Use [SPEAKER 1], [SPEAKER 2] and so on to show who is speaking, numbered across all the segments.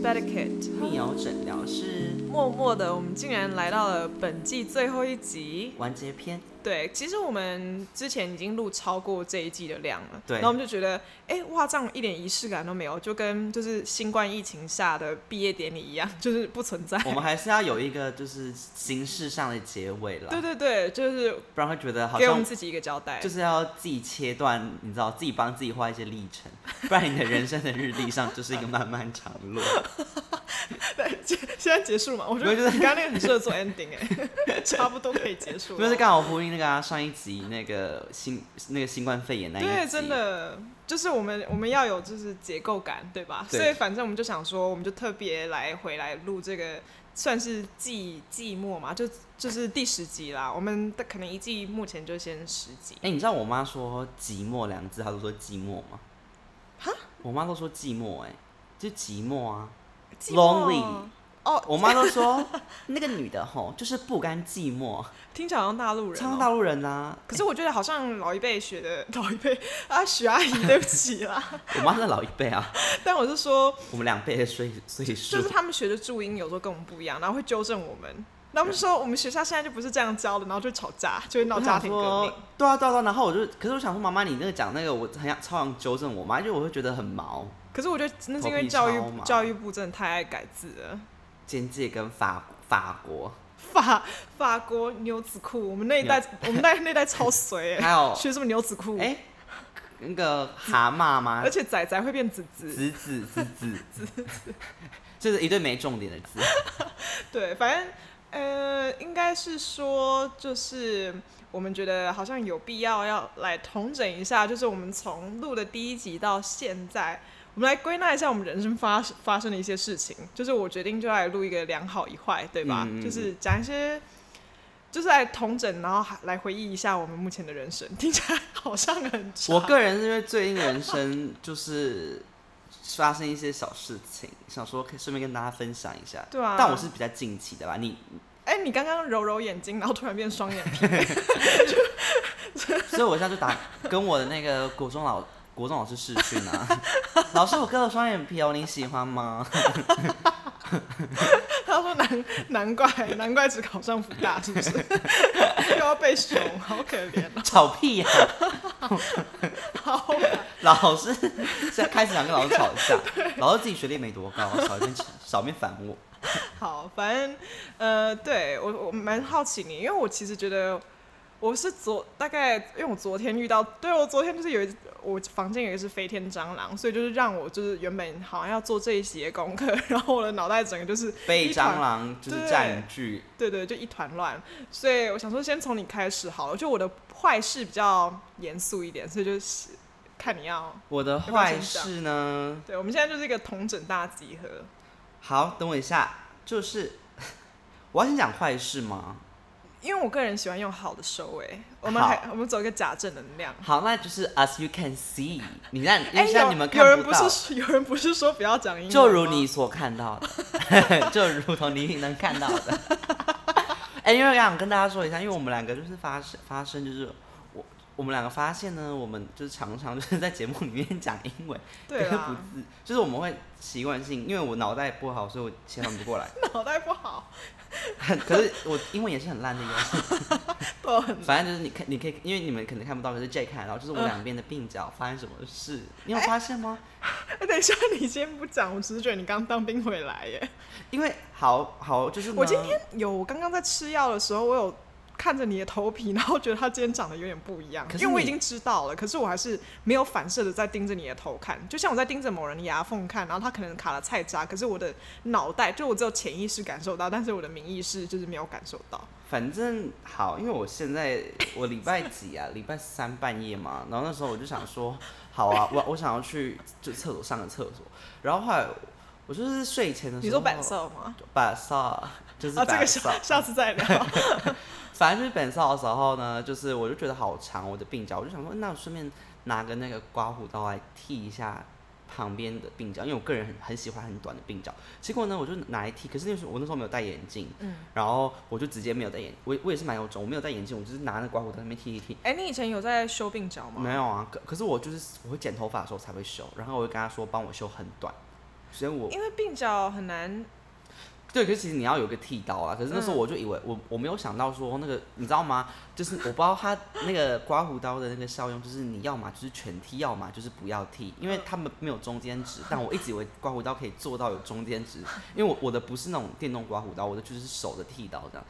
[SPEAKER 1] Medicate，
[SPEAKER 2] 哦密友诊疗室
[SPEAKER 1] 默默的我们竟然来到了本季最后一集。
[SPEAKER 2] 完结篇，
[SPEAKER 1] 对，其实我们之前已经录超过这一季的量了，
[SPEAKER 2] 对
[SPEAKER 1] 然后我们就觉得，哎、哇，这样一点仪式感都没有，就跟就是新冠疫情下的毕业典礼一样， 就是不存在。
[SPEAKER 2] 我们还是要有一个就是形式上的结尾啦，
[SPEAKER 1] 对对对，就是
[SPEAKER 2] 不然会觉得好
[SPEAKER 1] 给我们
[SPEAKER 2] 像
[SPEAKER 1] 自己一个交代。
[SPEAKER 2] 就是要自己切断，你知道，自己帮自己画一些历 程，不然你的人生的日历上就是一个漫漫长路。
[SPEAKER 1] 啊对，结 现在结束嘛，我觉得
[SPEAKER 2] 没有就是
[SPEAKER 1] 你刚刚那个很适合做 ending 哎、 差不多可以结束
[SPEAKER 2] 不是
[SPEAKER 1] 了。
[SPEAKER 2] 刚好呼应那个、啊、上一集那个新那个新冠肺炎那一集，
[SPEAKER 1] 对，真的就是我们我们要有就是结构感，对吧？
[SPEAKER 2] 对
[SPEAKER 1] 所以反正我们就想说，我们就特别来回来录这个，算是季季末嘛，就就是第十集啦。我们的可能一季目前就先十集，
[SPEAKER 2] 哎、你知道我妈说“寂寞”两个字，她都说寂寞吗？哈，我妈都说寂寞、哎，就寂寞啊。
[SPEAKER 1] 季末
[SPEAKER 2] Lonely
[SPEAKER 1] 哦，
[SPEAKER 2] 我妈都说 那个女的吼，就是不甘寂寞，
[SPEAKER 1] 听起来好像大陆人、
[SPEAKER 2] 超
[SPEAKER 1] 哦。
[SPEAKER 2] 大陆人啦、啊
[SPEAKER 1] 可是我觉得好像老一辈学的 老一辈啊，许阿姨，对不起 啦。
[SPEAKER 2] 我妈是老一辈啊，
[SPEAKER 1] 但我是说，
[SPEAKER 2] 我们两倍的岁岁数
[SPEAKER 1] 就是。他们学的注音有时候跟我们不一样，然后会纠正我们。然后他们说我们学校现在就不是这样教的，然后就吵架，就会闹
[SPEAKER 2] 我
[SPEAKER 1] 家
[SPEAKER 2] 想
[SPEAKER 1] 庭革
[SPEAKER 2] 说
[SPEAKER 1] 命。，
[SPEAKER 2] 对啊，对啊，对啊然后我就，可是我想说，妈妈，你那个讲那个，我很想超想纠正我妈，因为我会觉得很毛，
[SPEAKER 1] 可是我觉得那是因
[SPEAKER 2] 头
[SPEAKER 1] 为
[SPEAKER 2] 皮
[SPEAKER 1] 教育
[SPEAKER 2] 超麻
[SPEAKER 1] 教育部真的太爱改字了。
[SPEAKER 2] 简介跟法法国，
[SPEAKER 1] 法法国牛仔裤，我们那一代我们那那一代超随、欸，
[SPEAKER 2] 还 有
[SPEAKER 1] 学什么牛仔裤，
[SPEAKER 2] 哎、那个蛤蟆 吗
[SPEAKER 1] 而？且仔仔会变子子。
[SPEAKER 2] 子子子 子子， 就是一对没重点的字。
[SPEAKER 1] 对，反正呃，应该是说就是。我们觉得好像有必要要来统整一下，就是我们从录的第一集到现在，我们来归纳一下我们人生发发生的一些事情。就是我决定就来录一个良好一坏，对吧？
[SPEAKER 2] 嗯嗯嗯
[SPEAKER 1] 就是讲一些，就是来统整，然后还来回忆一下我们目前的人生。听起来好像很长
[SPEAKER 2] 我个人是因为最近人生就是发生一些小事情，想说可以顺便跟大家分享一下。
[SPEAKER 1] 对啊，
[SPEAKER 2] 但我是比较近期的吧，你
[SPEAKER 1] 哎、你刚刚揉揉眼睛，然后突然变双眼皮，
[SPEAKER 2] 所以我现在就打跟我的那个国中老国中老师试训啊， 老师我割了双眼皮哦，你喜欢吗？
[SPEAKER 1] 他说难难怪难怪只考上福大，是不 是？又要被熊，好可怜哦。
[SPEAKER 2] 吵屁呀、
[SPEAKER 1] 好，
[SPEAKER 2] 老师现在开始想跟老师吵 架，老师自己学历没多高，啊少一边少一边烦我。
[SPEAKER 1] 好，反正呃，对我我蛮好奇你，因为我其实觉得我是昨大概，因为我昨天遇到，对我昨天就是有一我房间有一只飞天蟑螂，所以就是让我就是原本好像要做这一期的功课， 然后我的脑袋整个就是
[SPEAKER 2] 被
[SPEAKER 1] 一团
[SPEAKER 2] 蟑螂就是
[SPEAKER 1] 对
[SPEAKER 2] 占据，
[SPEAKER 1] 对对，就一团乱。所以我想说，先从你开始好了。就我的坏事比较严肃一点，所以就是看你要。
[SPEAKER 2] 我的
[SPEAKER 1] 不要
[SPEAKER 2] 坏
[SPEAKER 1] 先讲
[SPEAKER 2] 事呢？
[SPEAKER 1] 对，我们现在就是一个同整大集合。
[SPEAKER 2] 好，等我一下，就是 我要先讲坏事吗？
[SPEAKER 1] 因为我个人喜欢用好的收尾，我们
[SPEAKER 2] 好
[SPEAKER 1] 还我们走一个假正能量。
[SPEAKER 2] 好，那就是 as you can see，你让因
[SPEAKER 1] 哎，
[SPEAKER 2] 为现在
[SPEAKER 1] 有
[SPEAKER 2] 你们
[SPEAKER 1] 有
[SPEAKER 2] 看
[SPEAKER 1] 人
[SPEAKER 2] 不
[SPEAKER 1] 不
[SPEAKER 2] 到，
[SPEAKER 1] 是说有人不是说不要讲英文，
[SPEAKER 2] 就如你，所看到的， 就如同你能看到的。哎、因为我想跟大家说一下，因为我们两个就是发生发生就是我我们两个发现呢，我们就是常常 就是在节目里面讲英文，
[SPEAKER 1] 对啊
[SPEAKER 2] 可是不
[SPEAKER 1] 啦，
[SPEAKER 2] 自，就是我们会习惯性，因为我脑袋不好，所以我切换不过来。
[SPEAKER 1] 脑袋不好
[SPEAKER 2] 可是我英文也是很烂的哟。
[SPEAKER 1] 都很。
[SPEAKER 2] 反正就是你看，你可以，因为你们可能看不到，可是 J 看得到，就是我两边的鬓角发生什么事，你有发现吗？
[SPEAKER 1] 哎，等一下，你先不讲，我只是觉得你刚当兵回来耶。
[SPEAKER 2] 因为好好就是呢
[SPEAKER 1] 哎我今天有，我刚刚在吃药的时候，我有看着你的头皮，然后觉得它今天长得有点不一样，
[SPEAKER 2] 可是
[SPEAKER 1] 因为我已
[SPEAKER 2] 你
[SPEAKER 1] 经知道了，可是我还是没有反射的在盯着你的头看，就像我在盯着某人的牙缝看，然后他可能卡了菜渣，可是我的脑袋就我只有潜意识感受到，但是我的明意识就是没有感受到。
[SPEAKER 2] 反正好，因为我现在我礼拜几 啊？礼拜三半夜嘛，然后那时候我就想说，好啊，我我想要去就厕所上个厕所，然后后来我就是睡前的时候，
[SPEAKER 1] 你说板少吗？
[SPEAKER 2] 板少就是
[SPEAKER 1] 啊，
[SPEAKER 2] 板
[SPEAKER 1] 这
[SPEAKER 2] 少、
[SPEAKER 1] 个下下次再聊。
[SPEAKER 2] 反正就是本少的时候呢，就是我就觉得好长，我的鬓角，我就想说，那我顺便拿个那个刮胡刀来剃一下旁边的鬓角，因为我个人很很喜欢很短的鬓角。结果呢，我就拿来剃，可是那时候我那时候没有戴眼镜，
[SPEAKER 1] 嗯
[SPEAKER 2] 然后我就直接没有戴眼，我我也是蛮有种，我没有戴眼镜，我就是拿那个刮胡刀在那边剃一剃。
[SPEAKER 1] 哎、你以前有在修鬓角吗？
[SPEAKER 2] 没有啊，可可是我就是我会剪头发的时候才会修，然后我会跟他说帮我修很短，所以我
[SPEAKER 1] 因为鬓角很难，
[SPEAKER 2] 对，可是其实你要有一个剃刀啊。可是那时候
[SPEAKER 1] 嗯
[SPEAKER 2] 我就以为、我我没有想到说那个，你知道吗？就是我不知道它那个刮胡刀的那个效用，就是你要嘛就是全剃，要嘛就是不要剃，因为他们没有中间值。但我一直以为刮胡刀可以做到有中间值，因为我我的不是那种电动刮胡刀，我的就是手的剃刀这样。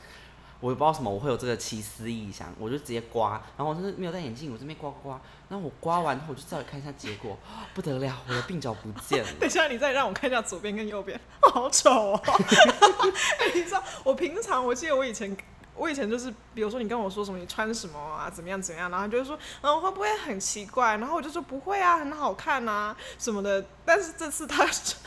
[SPEAKER 2] 我也不知道什么，我会有这个奇思异想，我就直接刮，然后我就是没有戴眼镜，我这边刮刮刮，然后我刮完后我就稍微看一下结果， 不得了，我的鬓角不见了。
[SPEAKER 1] 等一下你再让我看一下左边跟右边， 好丑哦！ 哎你知道我平常我记得我以前。我以前就是，比如说你跟我说什么你穿什么啊，怎么样怎么样，然后你就会说，嗯，会不会很奇怪？然后我就说不会啊，很好看啊什么的。但是这次他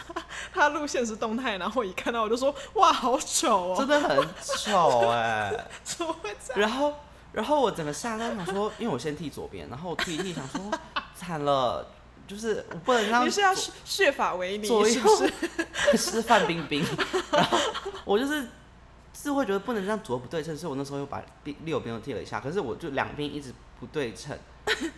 [SPEAKER 1] 他录现实动态，然后我一看到我就说，哇，好丑
[SPEAKER 2] 真
[SPEAKER 1] 哦，
[SPEAKER 2] 的很丑哎、
[SPEAKER 1] 怎么会这样？
[SPEAKER 2] 然后，然后我整个下单想说，因为我先剃左边，然后我剃一剃，想说 惨了，就是我不能让
[SPEAKER 1] 你是要
[SPEAKER 2] 左
[SPEAKER 1] 血血法为尼
[SPEAKER 2] 左
[SPEAKER 1] 是不是？
[SPEAKER 2] 是是范冰冰，然后我就是是会觉得不能让左不对称，所以我那时候又把第六边又剃了一下，可是我就两边一直不对称，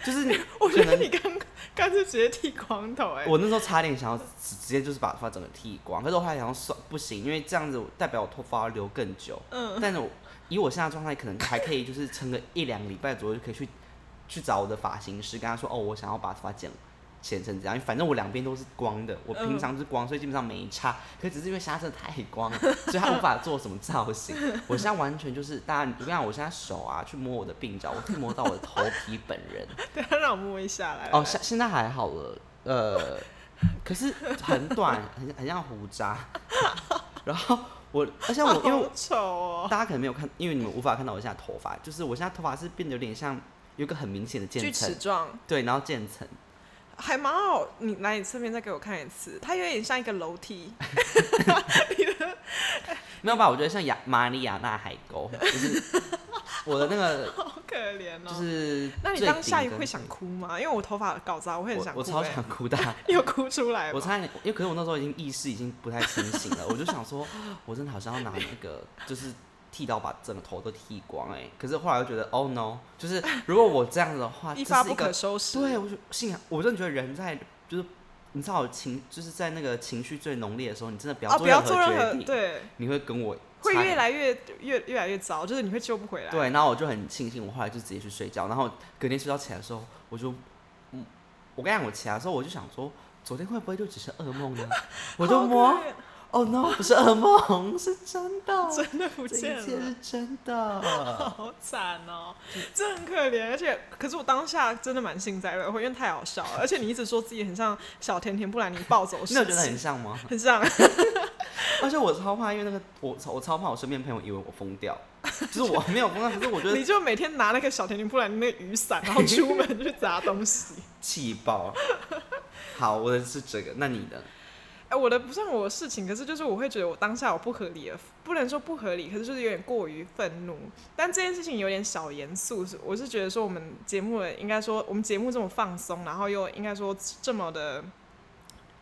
[SPEAKER 2] 就是你
[SPEAKER 1] 我觉
[SPEAKER 2] 可
[SPEAKER 1] 得
[SPEAKER 2] 能
[SPEAKER 1] 你刚干脆直接剃光头哎、
[SPEAKER 2] 我那时候差点想要直直接就是把头发整个剃光，可是我后来想要算不行，因为这样子代表我头发要留更久。
[SPEAKER 1] 嗯，
[SPEAKER 2] 但是我以我现在的状态，可能还可以就是撑个一两个礼拜左右就可以去去找我的发型师，跟他说哦，我想要把头发剪剪成这样，因为反正我两边都是光的，我平常是光，所以基本上没差。可只是因为现在真的太光了，所以他无法做什么 造型。我现在完全就是，大家你不看我现在手啊，去摸我的鬓角，我可以摸到我的头皮本人。
[SPEAKER 1] 等一下让我摸一下来。
[SPEAKER 2] 哦，
[SPEAKER 1] 来
[SPEAKER 2] 现现在还好了，呃，可是很短，很很像胡渣。然后我，而且我因为我
[SPEAKER 1] 好丑哦，
[SPEAKER 2] 大家可能没有看，因为你们无法看到我现在头发，就是我现在头发是变得有点像有一个很明显的
[SPEAKER 1] 锯
[SPEAKER 2] 渐层
[SPEAKER 1] 齿，状，
[SPEAKER 2] 对，然后渐层，
[SPEAKER 1] 还蛮好。你来你侧面再给我看一次，它有点像一个楼梯。
[SPEAKER 2] 没有吧？我觉得像亚马里亚纳海沟，就是 我的那个
[SPEAKER 1] 好可怜哦。
[SPEAKER 2] 就是
[SPEAKER 1] 那你
[SPEAKER 2] 最
[SPEAKER 1] 当下
[SPEAKER 2] 顶
[SPEAKER 1] 会
[SPEAKER 2] 跟
[SPEAKER 1] 想哭吗？因为我头发搞砸，我会很想
[SPEAKER 2] 我
[SPEAKER 1] 哭、
[SPEAKER 2] 我超
[SPEAKER 1] 哎
[SPEAKER 2] 想哭的，啊
[SPEAKER 1] 你有哭出来
[SPEAKER 2] 我
[SPEAKER 1] 吗？
[SPEAKER 2] 差点，因为可是我那时候已经意识已经不太清醒了，我就想说，我真的好像要拿那个就是剃刀把整个头都剃光哎、可是后来又觉得，oh no，就是如果我这样子的话，
[SPEAKER 1] 一
[SPEAKER 2] 这
[SPEAKER 1] 发
[SPEAKER 2] 是
[SPEAKER 1] 不
[SPEAKER 2] 一个
[SPEAKER 1] 可收拾。
[SPEAKER 2] 对，我就信仰，我真的觉得人在就是你知道情，就是在那个情绪最浓烈的时候，你真的不
[SPEAKER 1] 啊，
[SPEAKER 2] 要
[SPEAKER 1] 不要
[SPEAKER 2] 做
[SPEAKER 1] 做任
[SPEAKER 2] 决
[SPEAKER 1] 何
[SPEAKER 2] 定，
[SPEAKER 1] 对，
[SPEAKER 2] 你会跟我
[SPEAKER 1] 会
[SPEAKER 2] 差点
[SPEAKER 1] 越来越越越来越糟，就是你会救不回来。，
[SPEAKER 2] 对。然后我就很庆幸，我后来就直接去睡觉，然后隔天睡觉起来的时候，我就嗯，我跟你讲，我起来的时候我就想说，昨天会不会就只是噩梦呢？我就摸，哦 no，不是噩梦，是 真的，
[SPEAKER 1] 真的不
[SPEAKER 2] 这一
[SPEAKER 1] 见了。
[SPEAKER 2] 切是真的。
[SPEAKER 1] 好惨哦，这很可怜。而且，可是我当下真的蛮幸灾乐祸，因为太好笑了。而且你一直说自己很像小甜甜布兰妮暴 走
[SPEAKER 2] 你
[SPEAKER 1] 时
[SPEAKER 2] 有觉得很
[SPEAKER 1] 期，
[SPEAKER 2] 像吗？
[SPEAKER 1] 很像。
[SPEAKER 2] 而且我超怕，因为那个我我超怕我身边朋友以为我疯掉， 就是我没有疯掉，可是我觉得
[SPEAKER 1] 你就每天拿那个小甜甜布兰妮那个雨伞，然后出门 去砸东西。
[SPEAKER 2] 气爆。好，我的是这个，那你的
[SPEAKER 1] 哎，我的不算我的事情，可是就是我会觉得我当下我不合理了，不能说不合理，可是就是有点过于愤怒。但这件事情有点小严肃，是我是觉得说我们节目的应该说我们节目这么放松，然后又应该说这么的。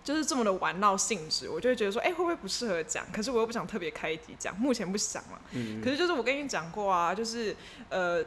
[SPEAKER 1] 就是这么的玩闹性质，我就会觉得说，哎、会不会不适合讲？可是我又不想特别开一集讲，目前不想嘛。
[SPEAKER 2] 嗯
[SPEAKER 1] 可是就是我跟你讲过啊，就是呃，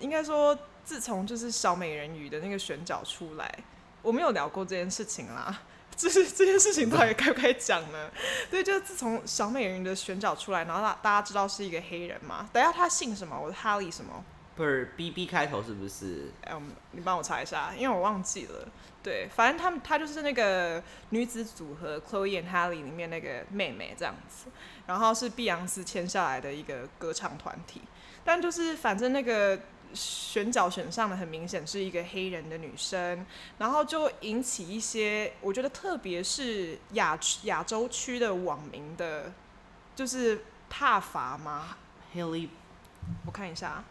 [SPEAKER 1] 应该说自从就是小美人鱼的那个选角出来，我没有聊过这件事情啦。就是这件事情到底该不该讲呢？对，就是自从小美人鱼的选角出来，然后大大家知道是一个黑人嘛，等一下他姓什么？我哈利什么？
[SPEAKER 2] 不是 B B 开头是不是？
[SPEAKER 1] 哎、我们你帮我查一下，因为我忘记了。对，反正他们她就是那个女子组合 Chloe and Halle 里面那个妹妹这样子，然后是碧昂斯签下来的一个歌唱团体，但就是反正那个选角选上的很明显是一个黑人的女生，然后就引起一些我觉得特别是亚亚洲区的网民的，就是挞伐吗？
[SPEAKER 2] Haley
[SPEAKER 1] 我看一下，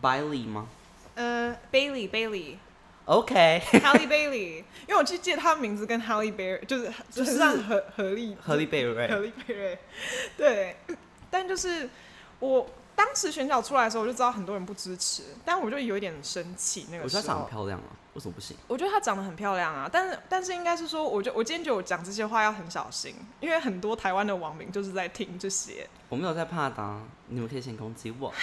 [SPEAKER 2] Bailey 吗
[SPEAKER 1] 呃，Bailey Bailey。
[SPEAKER 2] ？OK，
[SPEAKER 1] Halle Bailey，因为我去记得他名字跟 Halle Berry 就是就
[SPEAKER 2] 就
[SPEAKER 1] 是是像何何丽
[SPEAKER 2] 何丽贝
[SPEAKER 1] 何
[SPEAKER 2] 瑞。
[SPEAKER 1] 丽贝瑞，对，但就是我当时选角出来的时候，我就知道很多人不支持，但我就有一点生气那
[SPEAKER 2] 我
[SPEAKER 1] 个
[SPEAKER 2] 觉得
[SPEAKER 1] 时
[SPEAKER 2] 她长得
[SPEAKER 1] 候。
[SPEAKER 2] 漂亮啊，为什么不行？
[SPEAKER 1] 我觉得她长得很漂亮啊，但是但是应该是说，我就我今天觉得我讲这些话要很小心，因为很多台湾的网民就是在听这些，
[SPEAKER 2] 我没有在怕的、啊，你们可以先攻击我。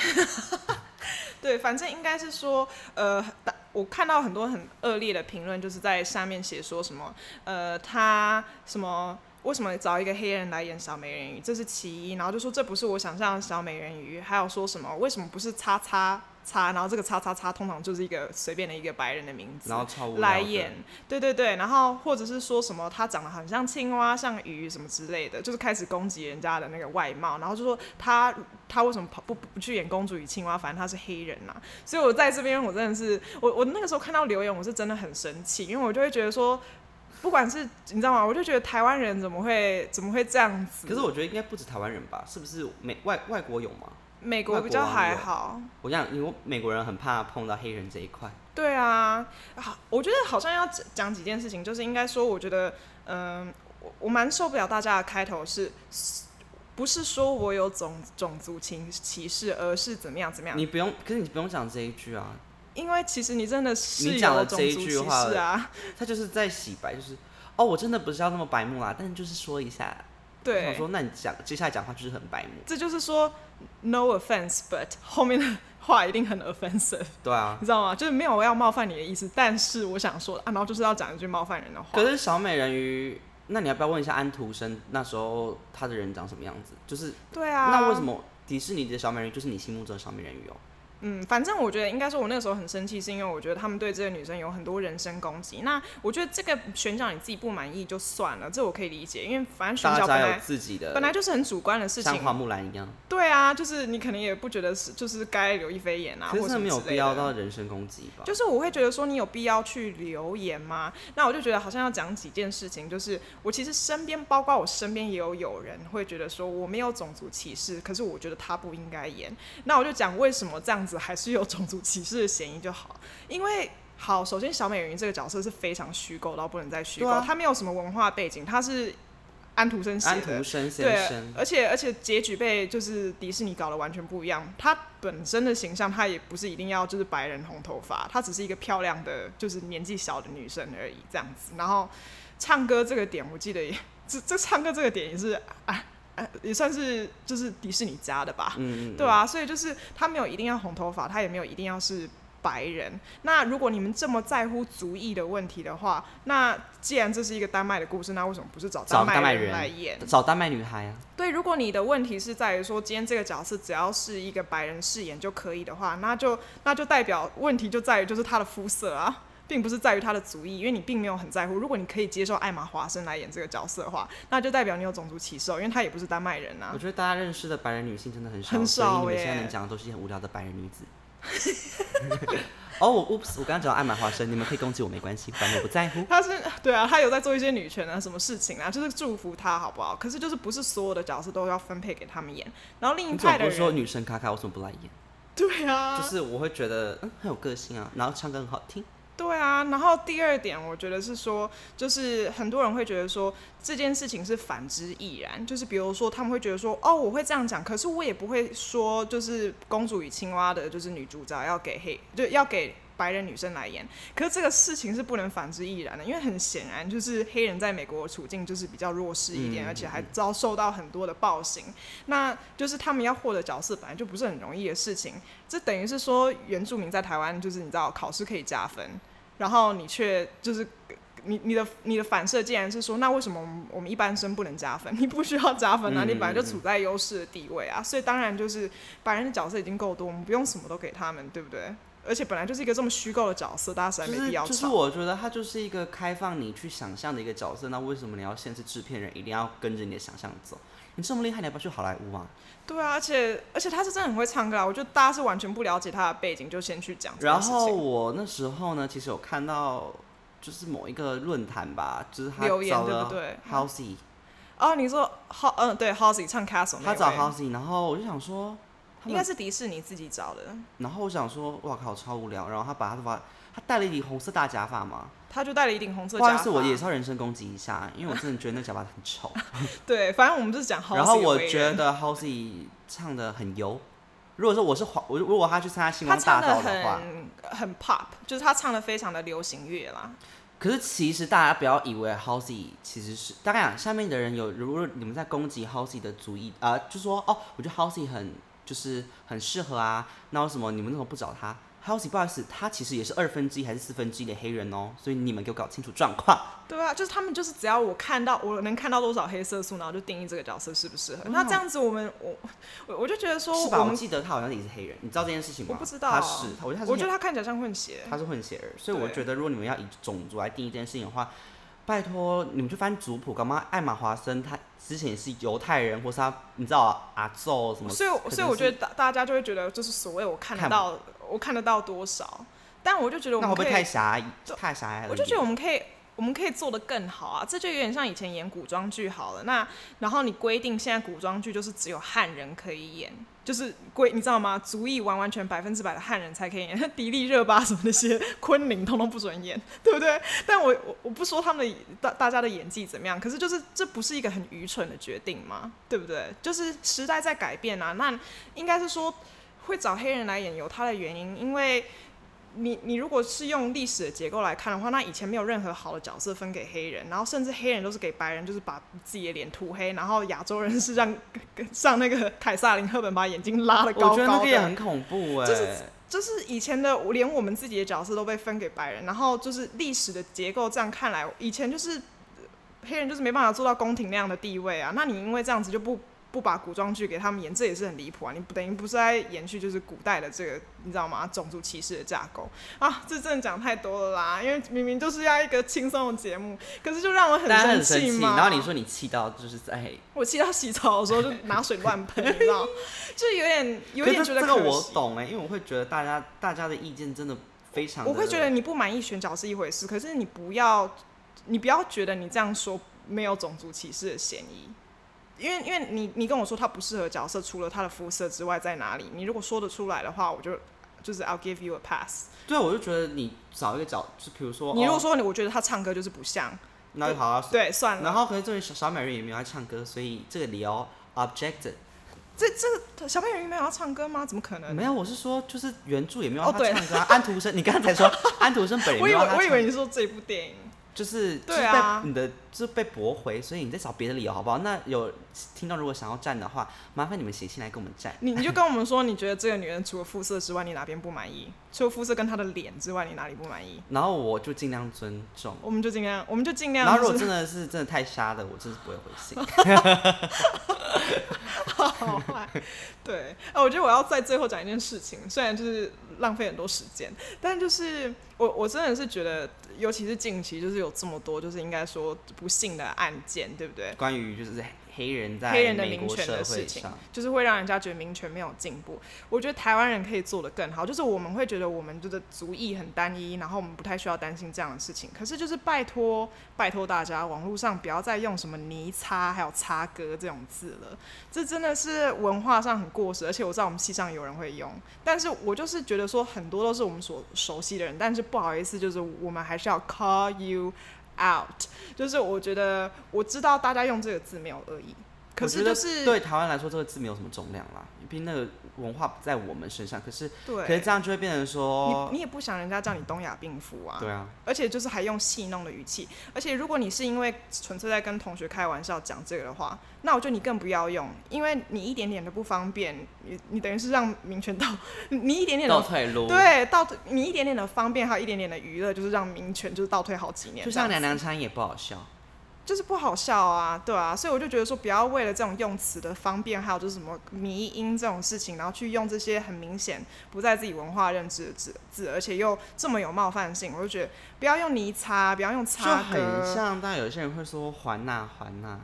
[SPEAKER 1] 对，反正应该是说，呃，打我看到很多很恶劣的评论，就是在下面写说什么，呃，他什么为什么找一个黑人来演小美人鱼，这是其一。然后就说这不是我想象的小美人鱼，还有说什么为什么不是叉叉叉，然后这个叉叉叉通常就是一个随便的一个白人的名字
[SPEAKER 2] 然后超无聊的
[SPEAKER 1] 来演，对对对。然后或者是说什么他长得很像青蛙、像鱼什么之类的，就是开始攻击人家的那个外貌，然后就说他他为什么跑不不不去演公主与青蛙，反正他是黑人呐、所以我在这边我真的是我我那个时候看到留言，我是真的很生气，因为我就会觉得说。不管是你知道吗？我就觉得台湾人怎么会怎么会这样子？
[SPEAKER 2] 可是我觉得应该不止台湾人吧？是不是美外外国有吗？
[SPEAKER 1] 美国比较
[SPEAKER 2] 啊
[SPEAKER 1] 还好，
[SPEAKER 2] 我想，因为美国人很怕碰到黑人这一块，
[SPEAKER 1] 对啊，好，我觉得好像要讲讲几件事情，就是应该说，我觉得，嗯、我我蛮受不了大家的开头是，不是说我有种种族歧歧视，而是怎么样怎么样？
[SPEAKER 2] 你不用，可是你不用讲这一句啊，
[SPEAKER 1] 因为其实你真的是
[SPEAKER 2] 你讲
[SPEAKER 1] 有
[SPEAKER 2] 了
[SPEAKER 1] 种
[SPEAKER 2] 这一
[SPEAKER 1] 族
[SPEAKER 2] 句
[SPEAKER 1] 歧
[SPEAKER 2] 话
[SPEAKER 1] 视啊，
[SPEAKER 2] 他就是在洗白，就是哦，我真的不是要那么白目啦，但就是说一下，我想
[SPEAKER 1] 对，
[SPEAKER 2] 说，那你讲接下来讲话就是很白目，
[SPEAKER 1] 这就是说，no offense，but 后面的话一定很 offensive。
[SPEAKER 2] 对啊。
[SPEAKER 1] 你知道吗？就是没有要冒犯你的意思，但是我想说啊，然后就是要讲一句冒犯人的话。
[SPEAKER 2] 可是小美人鱼，那你要不要问一下安徒生那时候他的人长什么样子？就是、
[SPEAKER 1] 对啊，
[SPEAKER 2] 那为什？么迪士尼的小美人鱼就是你心目中的小美人鱼哦？
[SPEAKER 1] 嗯，反正我觉得应该说，我那个时候很生气，是因为我觉得他们对这个女生有很多人身攻击。那我觉得这个选角你自己不满意就算了，这我可以理解，因为反正选
[SPEAKER 2] 大
[SPEAKER 1] 角本
[SPEAKER 2] 家呃有
[SPEAKER 1] 来
[SPEAKER 2] 自己的，
[SPEAKER 1] 本来就是很主观的事
[SPEAKER 2] 像
[SPEAKER 1] 情。
[SPEAKER 2] 花木兰一样，
[SPEAKER 1] 对啊，就是你可能也不觉得是，就是该刘亦菲演啊，
[SPEAKER 2] 可
[SPEAKER 1] 或
[SPEAKER 2] 是
[SPEAKER 1] 者
[SPEAKER 2] 真的没有
[SPEAKER 1] 什么之
[SPEAKER 2] 必
[SPEAKER 1] 类的
[SPEAKER 2] 要到人身攻击吧？
[SPEAKER 1] 就是我会觉得说你有必要去留言吗？那我就觉得好像要讲几件事情，就是我其实身边，包括我身边也有有人会觉得说我没有种族歧视，可是我觉得他不应该演。那我就讲为什么这样子还是有种族歧视的嫌疑就好，因为。好，首先小美人鱼这个角色是非常虚构到不能再虚构，
[SPEAKER 2] 对啊
[SPEAKER 1] 她没有什么文化背景，她是安徒生写
[SPEAKER 2] 安
[SPEAKER 1] 的
[SPEAKER 2] 徒，生先
[SPEAKER 1] 对
[SPEAKER 2] 生，，
[SPEAKER 1] 而且而且结局被就是迪士尼搞得完全不一样。她本身的形象，她也不是一定要就是白人红头发，她只是一个漂亮的，就是年纪小的女生而已这样子。然后唱歌这个点，我记得也这这 唱歌这个点也是啊啊，也算是就是迪士尼加的吧。
[SPEAKER 2] 嗯嗯，
[SPEAKER 1] 对啊，所以就是他没有一定要红头发，他也没有一定要是白人。那如果你们这么在乎族裔的问题的话，那既然这是一个丹麦的故事，那为什么不是找
[SPEAKER 2] 找
[SPEAKER 1] 丹
[SPEAKER 2] 丹麦
[SPEAKER 1] 麦
[SPEAKER 2] 人
[SPEAKER 1] 来演？
[SPEAKER 2] 找丹麦女孩啊，
[SPEAKER 1] 对，如果你的问题是在于说今天这个角色只要是一个白人饰演就可以的话，那就那就代表问题就在于就是他的肤色啊，并不是在于他的族裔，因为你并没有很在乎。如果你可以接受艾玛华生来演这个角色的话，那就代表你有种族歧视哦，因为他也不是丹麦人啊
[SPEAKER 2] 我。觉得大家认识的白人女性真的很少，
[SPEAKER 1] 很
[SPEAKER 2] 所以
[SPEAKER 1] 少
[SPEAKER 2] 你们现在
[SPEAKER 1] 耶
[SPEAKER 2] 能讲的都是一些很无聊的白人女子。 哦，我 oops，我刚刚讲到艾玛华生，你们可以攻击我没关系，反正我不在乎。
[SPEAKER 1] 他是对啊，他有在做一些女权啊什么事情啊，就是祝福他好不好？可是就是不是所有的角色都要分配给他们演，然后另一
[SPEAKER 2] 你总
[SPEAKER 1] 派
[SPEAKER 2] 不
[SPEAKER 1] 的
[SPEAKER 2] 是说
[SPEAKER 1] 人，
[SPEAKER 2] 女生卡卡，为什么不来演？
[SPEAKER 1] 对啊，
[SPEAKER 2] 就是我会觉得，嗯，很有个性啊，然后唱歌很好听，
[SPEAKER 1] 对啊，然后第二点，我觉得是说，就是很多人会觉得说这件事情是反之亦然，就是比如说他们会觉得说，哦，我会这样讲，可是我也不会说，就是《公主与青蛙》的，就是女主角要给黑，就要给白人女生来演，可是这个事情是不能反之亦然的，因为很显然就是黑人在美国的处境就是比较弱势一点，
[SPEAKER 2] 嗯
[SPEAKER 1] 而且还遭受到很多的暴行，那就是他们要获得角色本来就不是很容易的事情，这等于是说原住民在台湾就是你知道考试可以加分，然后你却就是你你的你的反射竟然是说，那为什么我们我们一般生不能加分？你不需要加分啊，
[SPEAKER 2] 嗯
[SPEAKER 1] 你本来就处在优势的地位啊，所以当然就是白人的角色已经够多，我们不用什么都给他们，对不对？而且本来就是一个这么虚构的角色，大家实在
[SPEAKER 2] 就
[SPEAKER 1] 没
[SPEAKER 2] 是
[SPEAKER 1] 必要
[SPEAKER 2] 就是，
[SPEAKER 1] 吵。
[SPEAKER 2] 我觉得他就是一个开放你去想象的一个角色。那为什么你要限制制片人一定要跟着你的想象走？你这么厉害，你要不要去好莱坞啊？
[SPEAKER 1] 对啊，而且而且他是真的很会唱歌啊，我觉得大家是完全不了解他的背景，就先去讲这
[SPEAKER 2] 然
[SPEAKER 1] 件事
[SPEAKER 2] 后
[SPEAKER 1] 情。
[SPEAKER 2] 我那时候呢，其实有看到就是某一个论坛吧，就是他
[SPEAKER 1] 留言
[SPEAKER 2] 找
[SPEAKER 1] 对不
[SPEAKER 2] 了
[SPEAKER 1] 对
[SPEAKER 2] Halsey，、
[SPEAKER 1] 哦，你说 h 嗯对 h o s e y 唱 Castle 那
[SPEAKER 2] 他找
[SPEAKER 1] 位
[SPEAKER 2] Halsey，然后我就想说，他
[SPEAKER 1] 应该
[SPEAKER 2] 们，
[SPEAKER 1] 是迪士尼自己找的，
[SPEAKER 2] 然后我想说，哇靠，超无聊。然后他把他的把他戴了一顶红色大假发嘛，
[SPEAKER 1] 他就戴了一顶红色
[SPEAKER 2] 不好
[SPEAKER 1] 假
[SPEAKER 2] 意
[SPEAKER 1] 发。
[SPEAKER 2] 思，我也是要人身攻击一下，因为我真的觉得那假发很 丑。
[SPEAKER 1] 对，反正我们就是讲 h o s
[SPEAKER 2] 然后我觉得 Halsey 唱的很油。如果说我是黄，我如果他去参加星
[SPEAKER 1] 他
[SPEAKER 2] 光大
[SPEAKER 1] 唱的
[SPEAKER 2] 道的话，
[SPEAKER 1] 很很 pop，就是他唱的非常的流行乐啦。
[SPEAKER 2] 可是其实大家不要以为 Halsey 其实是，大概讲下面的人有，如果你们在攻击 Halsey 的主意，啊、就说哦，我觉得 Halsey 很就是很适合啊，那为什么你们怎么不找他？ Housey 不好意思，他其实也是二分之一还是四分之一的黑人哦，所以你们给我搞清楚状况。
[SPEAKER 1] 对啊，就是他们就是只要我看到我能看到多少黑色素，然后就定义这个角色适不适合。那这样子我们我我我就觉得说
[SPEAKER 2] 嗯是
[SPEAKER 1] 我
[SPEAKER 2] 吧？我
[SPEAKER 1] 们，
[SPEAKER 2] 记得他好像也是黑人，你知道这件事情吗？
[SPEAKER 1] 我不知道
[SPEAKER 2] 他是，我觉得他是黑，
[SPEAKER 1] 我觉得他看起来像混血。
[SPEAKER 2] 他是混血儿，所以我
[SPEAKER 1] 对
[SPEAKER 2] 觉得如果你们要以种族来定义这件事情的话，拜托你们去翻族谱，干嘛？艾玛华森他之前也是犹太人，或是他你知道啊阿宙什么？
[SPEAKER 1] 所以我，
[SPEAKER 2] 可能
[SPEAKER 1] 所以我
[SPEAKER 2] 是
[SPEAKER 1] 觉得大大家就会觉得，就是所谓我看得
[SPEAKER 2] 看
[SPEAKER 1] 到，我看得到多少，但我就觉得我
[SPEAKER 2] 那
[SPEAKER 1] 们
[SPEAKER 2] 会不
[SPEAKER 1] 可
[SPEAKER 2] 会
[SPEAKER 1] 以，
[SPEAKER 2] 太狭隘？
[SPEAKER 1] 对
[SPEAKER 2] 太狭隘了一点。
[SPEAKER 1] 我就觉得我们可以，我们可以做得更好啊！这就有点像以前演古装剧好了。那然后你规定现在古装剧就是只有汉人可以演，就是规你知道吗？足以完完全百分之百的汉人才可以演， 迪丽热巴什么那些昆凌通通不准演，对不对？但我我我不说他们的大大家的演技怎么样，可是就是这不是一个很愚蠢的决定嘛，对不对？就是时代在改变啊，那应该是说会找黑人来演有他的原因，因为你你如果是用历史的结构来看的话，那以前没有任何好的角色分给黑人，然后甚至黑人都是给白人，就是把自己的脸涂黑，然后亚洲人是让 上那个 凯撒林赫本把眼睛拉得高
[SPEAKER 2] 我觉得那
[SPEAKER 1] 高
[SPEAKER 2] 个也
[SPEAKER 1] 的。
[SPEAKER 2] 很恐怖哎、
[SPEAKER 1] 就是就是以前的，连我们自己的角色都被分给白人，然后就是历史的结构这样看来，以前就是呃黑人就是没办法做到宫廷那样的地位啊。那你因为这样子就不不把古装剧给他们演，这也是很离谱啊！你不等于不是在延续就是古代的这个你知道吗种族歧视的架构啊？这真的讲太多了啦，因为明明就是要一个轻松的节目，可是就让我很
[SPEAKER 2] 大家很
[SPEAKER 1] 气
[SPEAKER 2] 气，
[SPEAKER 1] 嘛。
[SPEAKER 2] 然后你说你气到就是在，
[SPEAKER 1] 我气到洗澡的时候就拿水乱喷，你知道， 就是有点有
[SPEAKER 2] 可
[SPEAKER 1] 点
[SPEAKER 2] 是
[SPEAKER 1] 觉得
[SPEAKER 2] 这个
[SPEAKER 1] 可
[SPEAKER 2] 我
[SPEAKER 1] 惜
[SPEAKER 2] 懂哎、因为我会觉得大家大家的意见真的非常的，
[SPEAKER 1] 我会觉得你不满意选角是一回事，可是你不要，你不要觉得你这样说没有种族歧视的嫌疑，因为因为你你跟我说他不适合角色，除了他的肤色之外在哪里？你如果说得出来的话，我就就是 I'll give you a pass。
[SPEAKER 2] 对，我就觉得你找一个角，就比如说
[SPEAKER 1] 你如果
[SPEAKER 2] 哦
[SPEAKER 1] 说你我觉得他唱歌就是不像，
[SPEAKER 2] 那就好啊，
[SPEAKER 1] 对，算了。
[SPEAKER 2] 然后可是这位小小美人也没有爱唱歌，所以这个理由 objected
[SPEAKER 1] 这这小美人鱼没有要唱歌吗？怎么可能？
[SPEAKER 2] 没有，我是说就是原著也没有
[SPEAKER 1] 呃哦
[SPEAKER 2] 让他
[SPEAKER 1] 对
[SPEAKER 2] 唱歌、啊，安徒生，你刚才说安徒生本人也
[SPEAKER 1] 我
[SPEAKER 2] 没
[SPEAKER 1] 以
[SPEAKER 2] 有
[SPEAKER 1] 为
[SPEAKER 2] 让他
[SPEAKER 1] 我以
[SPEAKER 2] 唱
[SPEAKER 1] 为你说这部电影，
[SPEAKER 2] 就是
[SPEAKER 1] 对啊
[SPEAKER 2] 就是被你的就是被驳回，所以你再找别的理由好不好？那有听众如果想要站的话，麻烦你们写信来跟我们站。
[SPEAKER 1] 你你就跟我们说，你觉得这个女人除了肤色之外，你哪边不满意？除了肤色跟她的脸之外，你哪里不满意？
[SPEAKER 2] 然后我就尽量尊重。
[SPEAKER 1] 我们就尽量，我们就尽量、
[SPEAKER 2] 然
[SPEAKER 1] 就是。
[SPEAKER 2] 后如果真的是真的太瞎的，我真是不会回 信。
[SPEAKER 1] 好坏。对，啊，我觉得我要在最后讲一件事情，虽然就是浪费很多时间，但就是我我真的是觉得，尤其是近期，就是有这么多就是应该说不幸的案件，对不对？
[SPEAKER 2] 关于就是黑人在
[SPEAKER 1] 黑人的
[SPEAKER 2] 美
[SPEAKER 1] 民
[SPEAKER 2] 国
[SPEAKER 1] 权的
[SPEAKER 2] 社
[SPEAKER 1] 事
[SPEAKER 2] 会
[SPEAKER 1] 情
[SPEAKER 2] 上，，
[SPEAKER 1] 就是会让人家觉得民权没有进步。我觉得台湾人可以做得更好，就是我们会觉得我们就是族裔很单一，然后我们不太需要担心这样的事情。可是就是拜托拜托大家，网络上不要再用什么泥擦还有擦哥这种字了，这真的是文化上很过时。而且我知道我们系上有人会用，但是我就是觉得说很多都是我们所熟悉的人，但是不好意思，就是我们还是要 call you。out，就是我觉得我知道大家用这个字没有恶意，可是就
[SPEAKER 2] 我觉得
[SPEAKER 1] 是
[SPEAKER 2] 对台湾来说这个字没有什么重量啦，毕竟那个文化不在我们身上。可是
[SPEAKER 1] 对，
[SPEAKER 2] 可是这样就会变成
[SPEAKER 1] 你
[SPEAKER 2] 说，
[SPEAKER 1] 你也不想人家叫你东亚病夫啊，
[SPEAKER 2] 对啊，
[SPEAKER 1] 而且就是还用戏弄的语气，而且如果你是因为纯粹在跟同学开玩笑讲这个的话，那我觉得你更不要用，因为你一点点的不方便，你你等于是让民权到 你一点点
[SPEAKER 2] 倒
[SPEAKER 1] 的。
[SPEAKER 2] 退路。，
[SPEAKER 1] 对，倒你一点点的方便，还有一点点的娱乐，就是让民权就是倒退好几年这样子。
[SPEAKER 2] 就像娘娘腔也不好笑。
[SPEAKER 1] 就是不好笑啊，对啊，所以我就觉得说，不要为了这种用词的方便，还有就是什么迷音这种事情，然后去用这些很明显不在自己文化认知的字字，而且又这么有冒犯性，我就觉得不要用泥擦，不要用
[SPEAKER 2] 就
[SPEAKER 1] 擦
[SPEAKER 2] 很
[SPEAKER 1] 哥，
[SPEAKER 2] 像，但有些人会说“还呐、还呐、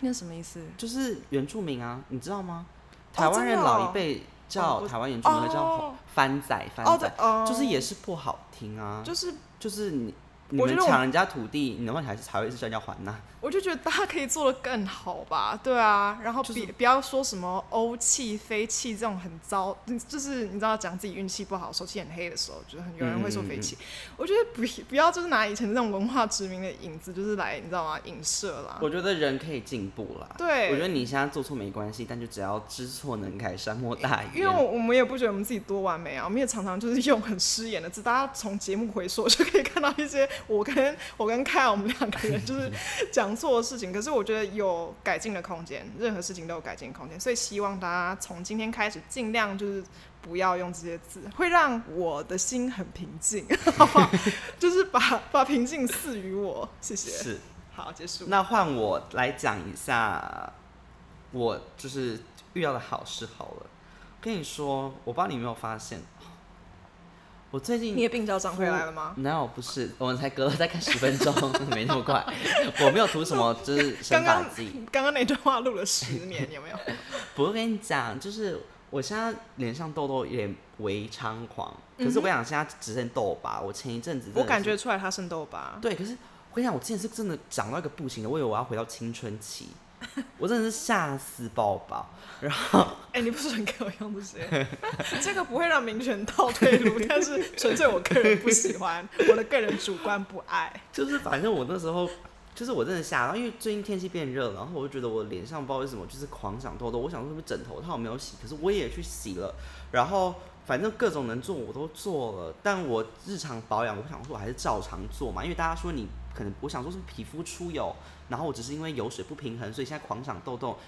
[SPEAKER 1] 那什么意思？
[SPEAKER 2] 就是原住民啊，你知道吗？
[SPEAKER 1] 哦
[SPEAKER 2] 台湾人
[SPEAKER 1] 真的哦
[SPEAKER 2] 老一辈
[SPEAKER 1] 哦
[SPEAKER 2] 叫
[SPEAKER 1] 不
[SPEAKER 2] 台湾原住民会叫
[SPEAKER 1] 哦
[SPEAKER 2] 番仔，
[SPEAKER 1] 哦，对
[SPEAKER 2] 番仔，，
[SPEAKER 1] 哦，
[SPEAKER 2] 就是也是不好听啊。
[SPEAKER 1] 就是，
[SPEAKER 2] 就是你你
[SPEAKER 1] 我觉
[SPEAKER 2] 们
[SPEAKER 1] 得我
[SPEAKER 2] 抢人家土地，你的问题还是才会是叫人家还呐、
[SPEAKER 1] 我就觉得大家可以做的更好吧，对啊，然后
[SPEAKER 2] 就是
[SPEAKER 1] 别不要说什么欧气、非气这种很糟，嗯就是你知道讲自己运气不好、手气很黑的时候，就是很有人
[SPEAKER 2] 嗯
[SPEAKER 1] 会说非气，我觉得不不要就是拿以前这种文化殖民的影子，就是来你知道吗影射啦，
[SPEAKER 2] 我觉得人可以进步啦。
[SPEAKER 1] 啊对
[SPEAKER 2] 我觉得你现在做错没关系，但就只要知错能改，善莫大
[SPEAKER 1] 因为
[SPEAKER 2] 焉。
[SPEAKER 1] 我我们也不觉得我们自己多完美啊，我们也常常就是用很失言的字，大家从节目回溯就可以看到一些我跟 我跟凯我们两个 人就是讲错事情，可是我觉得有改进的空间，任何事情都有改进的空间，所以希望大家从今天开始尽量就是不要用这些字，会让我的心很平静， 好不好？就是把把平静赐予我，谢谢。
[SPEAKER 2] 是。
[SPEAKER 1] 好，结束。
[SPEAKER 2] 那换我来讲一下，我就是遇到的好事好了。跟你说，我不知道你有没有发现，我最近
[SPEAKER 1] 你的病娇长回来了吗？
[SPEAKER 2] 哪有不是？我们才隔了大概十分钟， 没那么快。我没有涂什么， 就是生
[SPEAKER 1] 刚
[SPEAKER 2] 发
[SPEAKER 1] 刚
[SPEAKER 2] 剂。
[SPEAKER 1] 刚刚那段话录了十年，有没有？
[SPEAKER 2] 不过跟你讲，就是我现在脸上痘痘有点微猖狂，可是我想现在只剩痘疤。我前一阵子真
[SPEAKER 1] 嗯
[SPEAKER 2] 的
[SPEAKER 1] 我感
[SPEAKER 2] 是
[SPEAKER 1] 觉出来他生痘疤，
[SPEAKER 2] 对，可是我跟你讲，我之前是真的长到一个不行的，我以为我要回到青春期，我真的是吓死宝宝。
[SPEAKER 1] 哎、你不准给我用这些，这个不会让民权倒退路，但是纯粹我个人不喜欢，我的个人主观不爱。
[SPEAKER 2] 就是反正我那时候，就是我真的吓到，因为最近天气变热了，然后我就觉得我脸上不知道为什么就是狂长痘痘，我想说是不是枕头套没有洗，可是我也去洗了，然后反正各种能做我都做了，但我日常保养，我想说我还是照常做嘛，因为大家说你可能我想说是不是皮肤出油，然后我只是因为油水不平衡，所以现在狂长痘痘。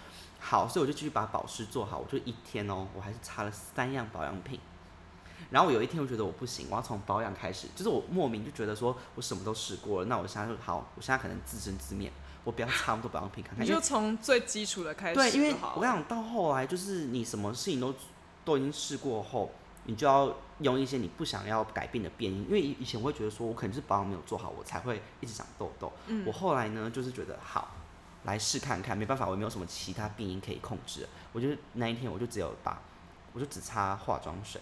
[SPEAKER 2] 好，所以我就继续把保湿做好，我就一天哦，我还是擦了三样保养品。然后我有一天我觉得我不行，我要从保养开始，就是我莫名就觉得说我什么都试过了，那我现在就好，我现在可能自生自灭，我不要擦那么多保养品看看，
[SPEAKER 1] 你
[SPEAKER 2] 因为
[SPEAKER 1] 就从最基础的开始
[SPEAKER 2] 对，因为
[SPEAKER 1] 就好
[SPEAKER 2] 我
[SPEAKER 1] 了
[SPEAKER 2] 想到后来就是你什么事情都都已经试过后，你就要用一些你不想要改变的变因。因为以以前我会觉得说，我可能是保养没有做好，我才会一直长痘痘。
[SPEAKER 1] 嗯
[SPEAKER 2] 我后来呢，就是觉得好来试看看，没办法，我也没有什么其他病因可以控制了。我就那一天我就只有把，我就只擦化妆水。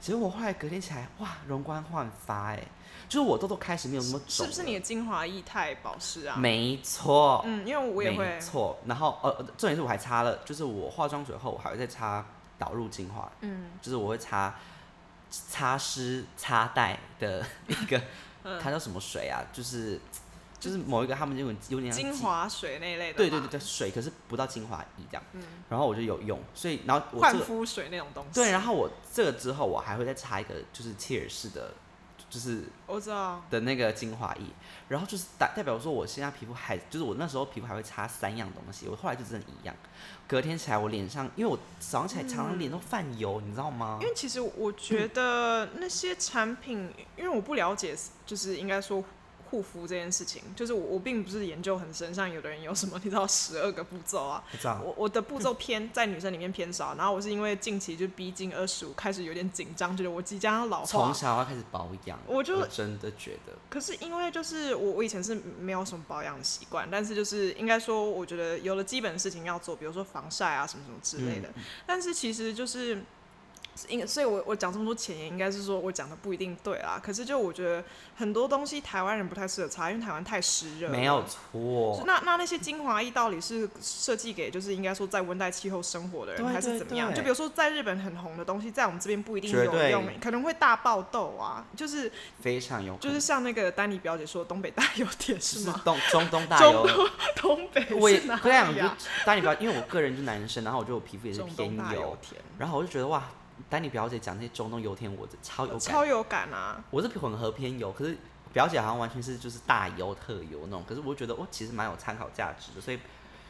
[SPEAKER 2] 结果我后来隔天起来，哇，容光焕发哎、就是我痘痘开始没有那么
[SPEAKER 1] 是不是
[SPEAKER 2] 肿
[SPEAKER 1] 你的精华液太保湿
[SPEAKER 2] 了
[SPEAKER 1] 啊？
[SPEAKER 2] 没错，
[SPEAKER 1] 嗯，因为我也
[SPEAKER 2] 没
[SPEAKER 1] 会，
[SPEAKER 2] 错。然后呃，重点是我还擦了，就是我化妆水后，我还会再擦导入精华，
[SPEAKER 1] 嗯，
[SPEAKER 2] 就是我会擦擦湿擦带的一 个，
[SPEAKER 1] 嗯
[SPEAKER 2] 它叫什么水啊？就是就是某一个他们有点有点像
[SPEAKER 1] 精
[SPEAKER 2] 挤，
[SPEAKER 1] 华水那一类的，
[SPEAKER 2] 对对对，对，水可是不到精华液这样。然后我就有用，所以然后我
[SPEAKER 1] 焕
[SPEAKER 2] 这个
[SPEAKER 1] 嗯肤水那种东西。
[SPEAKER 2] 对，然后我这个之后我还会再擦一个就是切尔氏的，就是
[SPEAKER 1] 我知道，
[SPEAKER 2] 的那个精华液，然后就是代代表说我现在皮肤还就是我那时候皮肤还会擦三样东西，我后来就真的一样。隔天起来我脸上，因为我早上起来常常脸都泛油，你知道吗
[SPEAKER 1] 因？为其实我
[SPEAKER 2] 嗯
[SPEAKER 1] 觉得那些产品，因为我不了解，就是应该说护肤这件事情，就是我我并不是研究很深，像有的人有什么你知道十二个步骤啊，
[SPEAKER 2] 不知道，
[SPEAKER 1] 我我的步骤偏在女生里面偏少，然后我是因为近期就逼近二十五，开始有点紧张，觉得我即将要老
[SPEAKER 2] 从
[SPEAKER 1] 化。
[SPEAKER 2] 小要开始保养，
[SPEAKER 1] 我就
[SPEAKER 2] 真的觉得
[SPEAKER 1] 可是因为就是我我以前是没有什么保养的习惯，但是就是应该说，我觉得有了基本的事情要做，比如说防晒啊什么什么之
[SPEAKER 2] 嗯
[SPEAKER 1] 类的。但是其实就是。是因所以我，我讲这么多前言，应该是说我讲的不一定对啦。可是，就我觉得很多东西台湾人不太适合擦，因为台湾太湿热了。
[SPEAKER 2] 没有
[SPEAKER 1] 是
[SPEAKER 2] 错，
[SPEAKER 1] 那那那些精华液到底是设计给就是应该说在温带气候生活的人，
[SPEAKER 2] 对
[SPEAKER 1] 还是
[SPEAKER 2] 对
[SPEAKER 1] 怎么样？
[SPEAKER 2] 对
[SPEAKER 1] 就比如说在日本很红的东西，在我们这边不一定
[SPEAKER 2] 绝
[SPEAKER 1] 有
[SPEAKER 2] 对
[SPEAKER 1] 用，可能会大爆痘啊。就是
[SPEAKER 2] 非常有可
[SPEAKER 1] 就
[SPEAKER 2] 能
[SPEAKER 1] 是像那个丹尼表姐说，东北大油田
[SPEAKER 2] 就是是
[SPEAKER 1] 吗？
[SPEAKER 2] 东中东大
[SPEAKER 1] 中
[SPEAKER 2] 油。
[SPEAKER 1] 东北
[SPEAKER 2] 我也
[SPEAKER 1] 是哪
[SPEAKER 2] 我想
[SPEAKER 1] 里
[SPEAKER 2] 就
[SPEAKER 1] 啊？
[SPEAKER 2] 丹尼表，因为我个人就是男生，然后我觉得我皮肤也是
[SPEAKER 1] 中东
[SPEAKER 2] 偏
[SPEAKER 1] 大油
[SPEAKER 2] 油，
[SPEAKER 1] 田，
[SPEAKER 2] 然后我就觉得哇，丹尼表姐讲那些中东油田，我真的超有感
[SPEAKER 1] 超有感啊！
[SPEAKER 2] 我是混合偏油，可是表姐好像完全是就是大油特油那种，可是我觉得我哦其实蛮有参考价值的，所以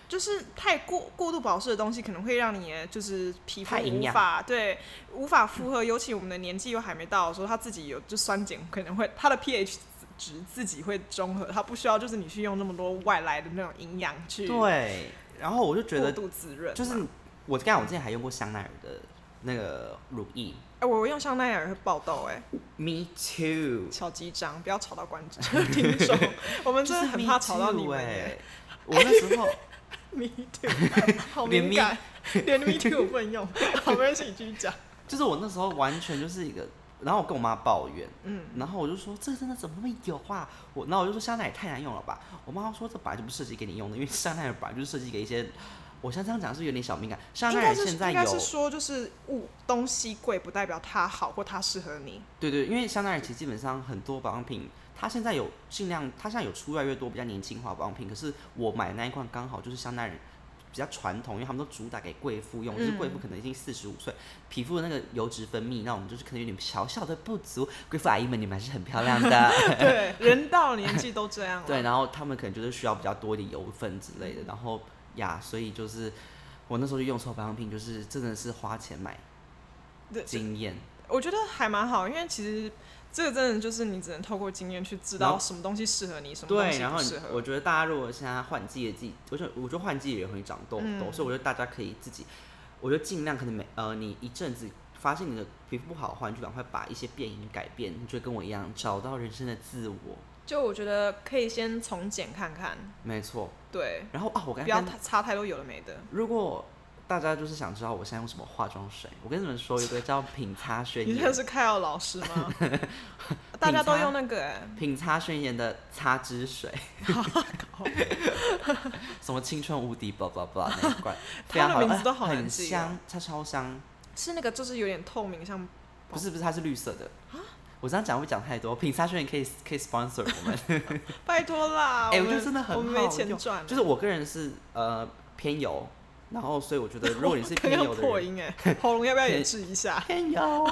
[SPEAKER 1] 就是太过过度保湿的东西，可能会让你的就是皮肤
[SPEAKER 2] 太营
[SPEAKER 1] 无
[SPEAKER 2] 养
[SPEAKER 1] 法对无法负荷，尤其我们的年纪又还没到的时候，它自己有就酸碱可能会它的 pH 值自己会中和，它不需要就是你去用那么多外来的那种营养去过
[SPEAKER 2] 对，然后我就觉得
[SPEAKER 1] 度滋润嘛。
[SPEAKER 2] 就是我刚才我之前还用过香奈儿的那个乳液
[SPEAKER 1] 哎、我用香奈儿会爆痘哎、
[SPEAKER 2] ，Me too，
[SPEAKER 1] 小鸡张，不要吵到观众 听众，我们真的很怕吵到你们
[SPEAKER 2] 哎、
[SPEAKER 1] 哎、
[SPEAKER 2] 我那时候哎
[SPEAKER 1] Me too，好
[SPEAKER 2] 连
[SPEAKER 1] 敏
[SPEAKER 2] me-
[SPEAKER 1] 感，连 Me too 我不能用，好，没关系，你继续讲。
[SPEAKER 2] 就是我那时候完全就是一个，然后我跟我妈抱怨，
[SPEAKER 1] 嗯，
[SPEAKER 2] 然后我就说这个真的怎么会有啊？我，然后我就说香奈儿也太难用了吧？我妈说这本来就不是设计给你用的，因为香奈儿本来就是设计给一些，我现在这样讲是不是有点小敏感。香
[SPEAKER 1] 应
[SPEAKER 2] 奈
[SPEAKER 1] 该
[SPEAKER 2] 儿
[SPEAKER 1] 是
[SPEAKER 2] 现在
[SPEAKER 1] 应该
[SPEAKER 2] 有
[SPEAKER 1] 是，说，就是物东西贵不代表它好或它适合 你。
[SPEAKER 2] 对对，因为香奈儿其实基本上很多保养品，它现在有尽量，它现在有出越来越多比较年轻化的保养品，可是我买的那一款刚好就是香奈儿比较传统，因为他们都主打给贵妇用，就是贵妇可能已经四十五岁，皮肤的那个油脂分泌那种就是可能有点小小的不足，贵妇阿姨们你们还是很漂亮的，
[SPEAKER 1] 对，人到年纪都这样了。
[SPEAKER 2] 对，然后他们可能就是需要比较多一点油分之类的，然后呀，所以就是我那时候就用错保养品，就是真的是花钱买
[SPEAKER 1] 对，
[SPEAKER 2] 经验，
[SPEAKER 1] 我觉得还蛮好，因为其实这个真的就是你只能透过经验去知
[SPEAKER 2] 然
[SPEAKER 1] 道
[SPEAKER 2] 后
[SPEAKER 1] 什么东西适合你，什么东
[SPEAKER 2] 对，
[SPEAKER 1] 西
[SPEAKER 2] 然后
[SPEAKER 1] 不
[SPEAKER 2] 你
[SPEAKER 1] 适合。
[SPEAKER 2] 我觉得大家如果现在换季的季，我觉得我觉得换季也容易长痘痘，
[SPEAKER 1] 嗯
[SPEAKER 2] 所以我觉得大家可以自己，我觉得尽量可能每呃你一阵子发现你的皮肤不好的话，你就赶快把一些变因改变，你就跟我一样找到人生的自我，
[SPEAKER 1] 就我觉得可以先从简看看，
[SPEAKER 2] 没错。
[SPEAKER 1] 对，
[SPEAKER 2] 然后啊，我刚
[SPEAKER 1] 不要
[SPEAKER 2] 刚
[SPEAKER 1] 太差太多有的没的。
[SPEAKER 2] 如果大家就是想知道我现在用什么化妆水，我跟你们说有个叫品擦宣
[SPEAKER 1] 你认
[SPEAKER 2] 言，
[SPEAKER 1] 识凯尔老师 吗？大家都用那个、欸，
[SPEAKER 2] 品擦宣言的擦 脂水，什么青春无敌，blah blah blah 那一罐，非常
[SPEAKER 1] 它
[SPEAKER 2] 好，
[SPEAKER 1] 的名字都
[SPEAKER 2] 呃
[SPEAKER 1] 好难
[SPEAKER 2] 很
[SPEAKER 1] 记哦
[SPEAKER 2] 香，它超香。
[SPEAKER 1] 是那个就是有点透明，像
[SPEAKER 2] 不是不是，它是绿色的。
[SPEAKER 1] 啊
[SPEAKER 2] 我这样讲会不会讲太多，品茶轩也可以可以 sponsor 我 们。
[SPEAKER 1] 拜托啦，
[SPEAKER 2] 哎
[SPEAKER 1] 我
[SPEAKER 2] 我觉得
[SPEAKER 1] 们
[SPEAKER 2] 真的很
[SPEAKER 1] 我们没
[SPEAKER 2] 好
[SPEAKER 1] 钱
[SPEAKER 2] 用
[SPEAKER 1] 赚，啊
[SPEAKER 2] 就是我个人是呃偏油，然后所以我 觉得如果你是
[SPEAKER 1] 可
[SPEAKER 2] 偏
[SPEAKER 1] 能
[SPEAKER 2] 油
[SPEAKER 1] 要
[SPEAKER 2] 的
[SPEAKER 1] 破
[SPEAKER 2] 人，
[SPEAKER 1] 音哎、喉咙要不要也治一下？
[SPEAKER 2] 偏油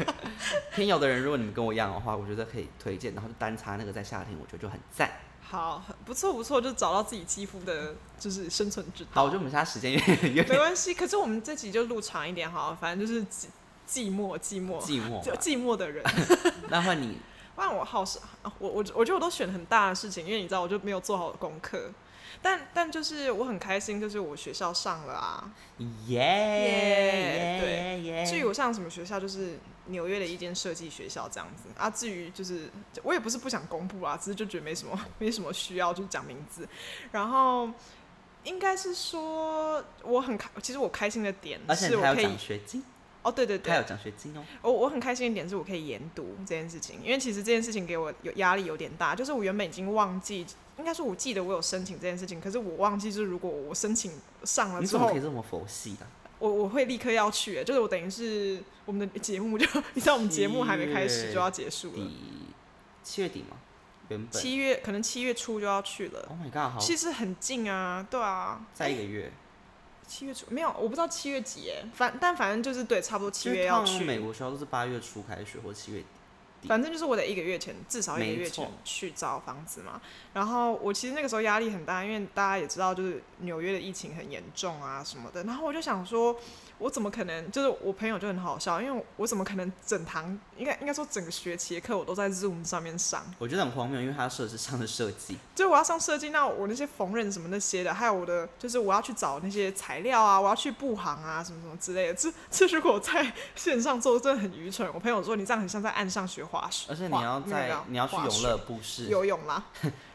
[SPEAKER 2] 偏油的人，如果你们跟我一样的话，我觉得可以推荐，然后就单擦那个在夏天，我觉得就很赞。
[SPEAKER 1] 好，不错不错，就找到自己肌肤的，就是生存之
[SPEAKER 2] 好，
[SPEAKER 1] 道
[SPEAKER 2] 我。觉得我们现在时间有点有
[SPEAKER 1] 没
[SPEAKER 2] 点
[SPEAKER 1] 关系，可是我们这集就录长一点好了，反正就是寂寂寞寂寞
[SPEAKER 2] 寂寞啊
[SPEAKER 1] 就
[SPEAKER 2] 吧。
[SPEAKER 1] 寂寞的人。
[SPEAKER 2] 那换你，
[SPEAKER 1] 不然我好是，啊我我我觉得我都选很大的事情，因为你知道我就没有做好功课。但但就是我很开心，就是我学校上了啊。
[SPEAKER 2] 耶
[SPEAKER 1] 耶
[SPEAKER 2] 耶耶！
[SPEAKER 1] 至于我上什么学校，就是纽约的一间设计学校这样子啊。至于就是我也不是不想公布啊，只是就觉得没什么 没什么需要，就是讲名字。然后应该是说我很开，其实我开心的点
[SPEAKER 2] 而且
[SPEAKER 1] 是
[SPEAKER 2] 他
[SPEAKER 1] 我
[SPEAKER 2] 有
[SPEAKER 1] 可以
[SPEAKER 2] 奖学金，
[SPEAKER 1] 哦，对对
[SPEAKER 2] 他有
[SPEAKER 1] 对，
[SPEAKER 2] 奖学金哦。
[SPEAKER 1] 我我很开心的点是我可以研读这件事情，因为其实这件事情给我有压力有点大，就是我原本已经忘记，应该说我记得我有申请这件事情，可是我忘记就是如果我申请上了
[SPEAKER 2] 你
[SPEAKER 1] 之
[SPEAKER 2] 怎么
[SPEAKER 1] 后
[SPEAKER 2] 可以，这么佛系啊的？
[SPEAKER 1] 我我会立刻要去、欸就是我等于是我们的节目就 你知道我们节目还没开始就要结束了，
[SPEAKER 2] 底七月底吗？原本
[SPEAKER 1] 七月可哦能七月初就要去了，
[SPEAKER 2] Oh my god，好，
[SPEAKER 1] 其实很近啊，对啊，
[SPEAKER 2] 再一个月，
[SPEAKER 1] 七月初没有，我不知道七月几、欸，反但反正就是对，差不多七月要
[SPEAKER 2] 因为通常
[SPEAKER 1] 去，
[SPEAKER 2] 美国学校都是八月初开学或七月底，
[SPEAKER 1] 反正就是我得一个月前，至少一个
[SPEAKER 2] 没
[SPEAKER 1] 月
[SPEAKER 2] 错
[SPEAKER 1] 前去找房子嘛。然后我其实那个时候压力很大，因为大家也知道，就是纽约的疫情很严重啊什么的。然后我就想说，我怎么可能？就是我朋友就很好笑，因为我怎么可能整堂应该应该说整个学期的课我都在 Zoom 上面上，
[SPEAKER 2] 我觉得很荒谬，因为它设置上的设计，
[SPEAKER 1] 就我要上设计，那我那些缝纫什么那些的，还有我的就是我要去找那些材料啊，我要去布行啊，什么什么之类的。这 这如果我在线上做，真的很愚蠢。我朋友说你这样很像在岸上学滑水，
[SPEAKER 2] 而且你
[SPEAKER 1] 滑
[SPEAKER 2] 要
[SPEAKER 1] 那个
[SPEAKER 2] 在
[SPEAKER 1] 叫
[SPEAKER 2] 你要去
[SPEAKER 1] 滑
[SPEAKER 2] 永
[SPEAKER 1] 雪
[SPEAKER 2] 乐布市，
[SPEAKER 1] 游泳啦。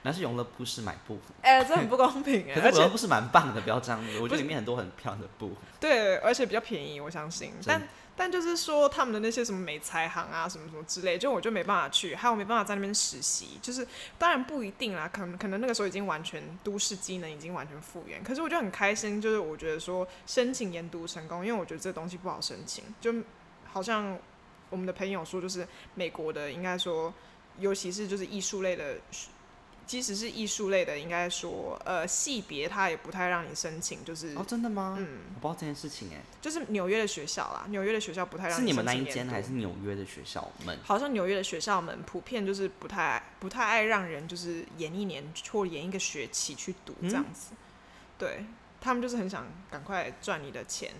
[SPEAKER 2] 你要去永乐布市买布，
[SPEAKER 1] 哎、这很不公平哎、
[SPEAKER 2] 可
[SPEAKER 1] 而
[SPEAKER 2] 是永
[SPEAKER 1] 且
[SPEAKER 2] 乐布市蛮棒的，不要这样子，我
[SPEAKER 1] 不
[SPEAKER 2] 觉
[SPEAKER 1] 是
[SPEAKER 2] 得里面很多很漂亮的布，
[SPEAKER 1] 对，而且比较便宜，我相信。
[SPEAKER 2] 真
[SPEAKER 1] 但但就是说，他们的那些什么美材行啊，什么什么之类，就我就没办法去，还有没办法在那边实习。就是当然不一定啦，可能可能那个时候已经完全都市机能已经完全复原，可是我就很开心，就是我觉得说申请研读成功，因为我觉得这东西不好申请，就好像我们的朋友说，就是美国的应该说，尤其是就是艺术类的学。即使是艺术类的，应该说，呃，系别它也不太让你申请，就是
[SPEAKER 2] 哦，真的吗？
[SPEAKER 1] 嗯，
[SPEAKER 2] 我不知道这件事情哎，
[SPEAKER 1] 就是纽约的学校啦，纽约的学校不太让
[SPEAKER 2] 是你们那
[SPEAKER 1] 申
[SPEAKER 2] 一
[SPEAKER 1] 请
[SPEAKER 2] 间
[SPEAKER 1] 研
[SPEAKER 2] 还
[SPEAKER 1] 读
[SPEAKER 2] 是纽约的学校们？
[SPEAKER 1] 好像纽约的学校们普遍就是不太不太爱让人就是延一年或延一个学期去读这
[SPEAKER 2] 嗯
[SPEAKER 1] 样子，对他们就是很想赶快赚你的钱，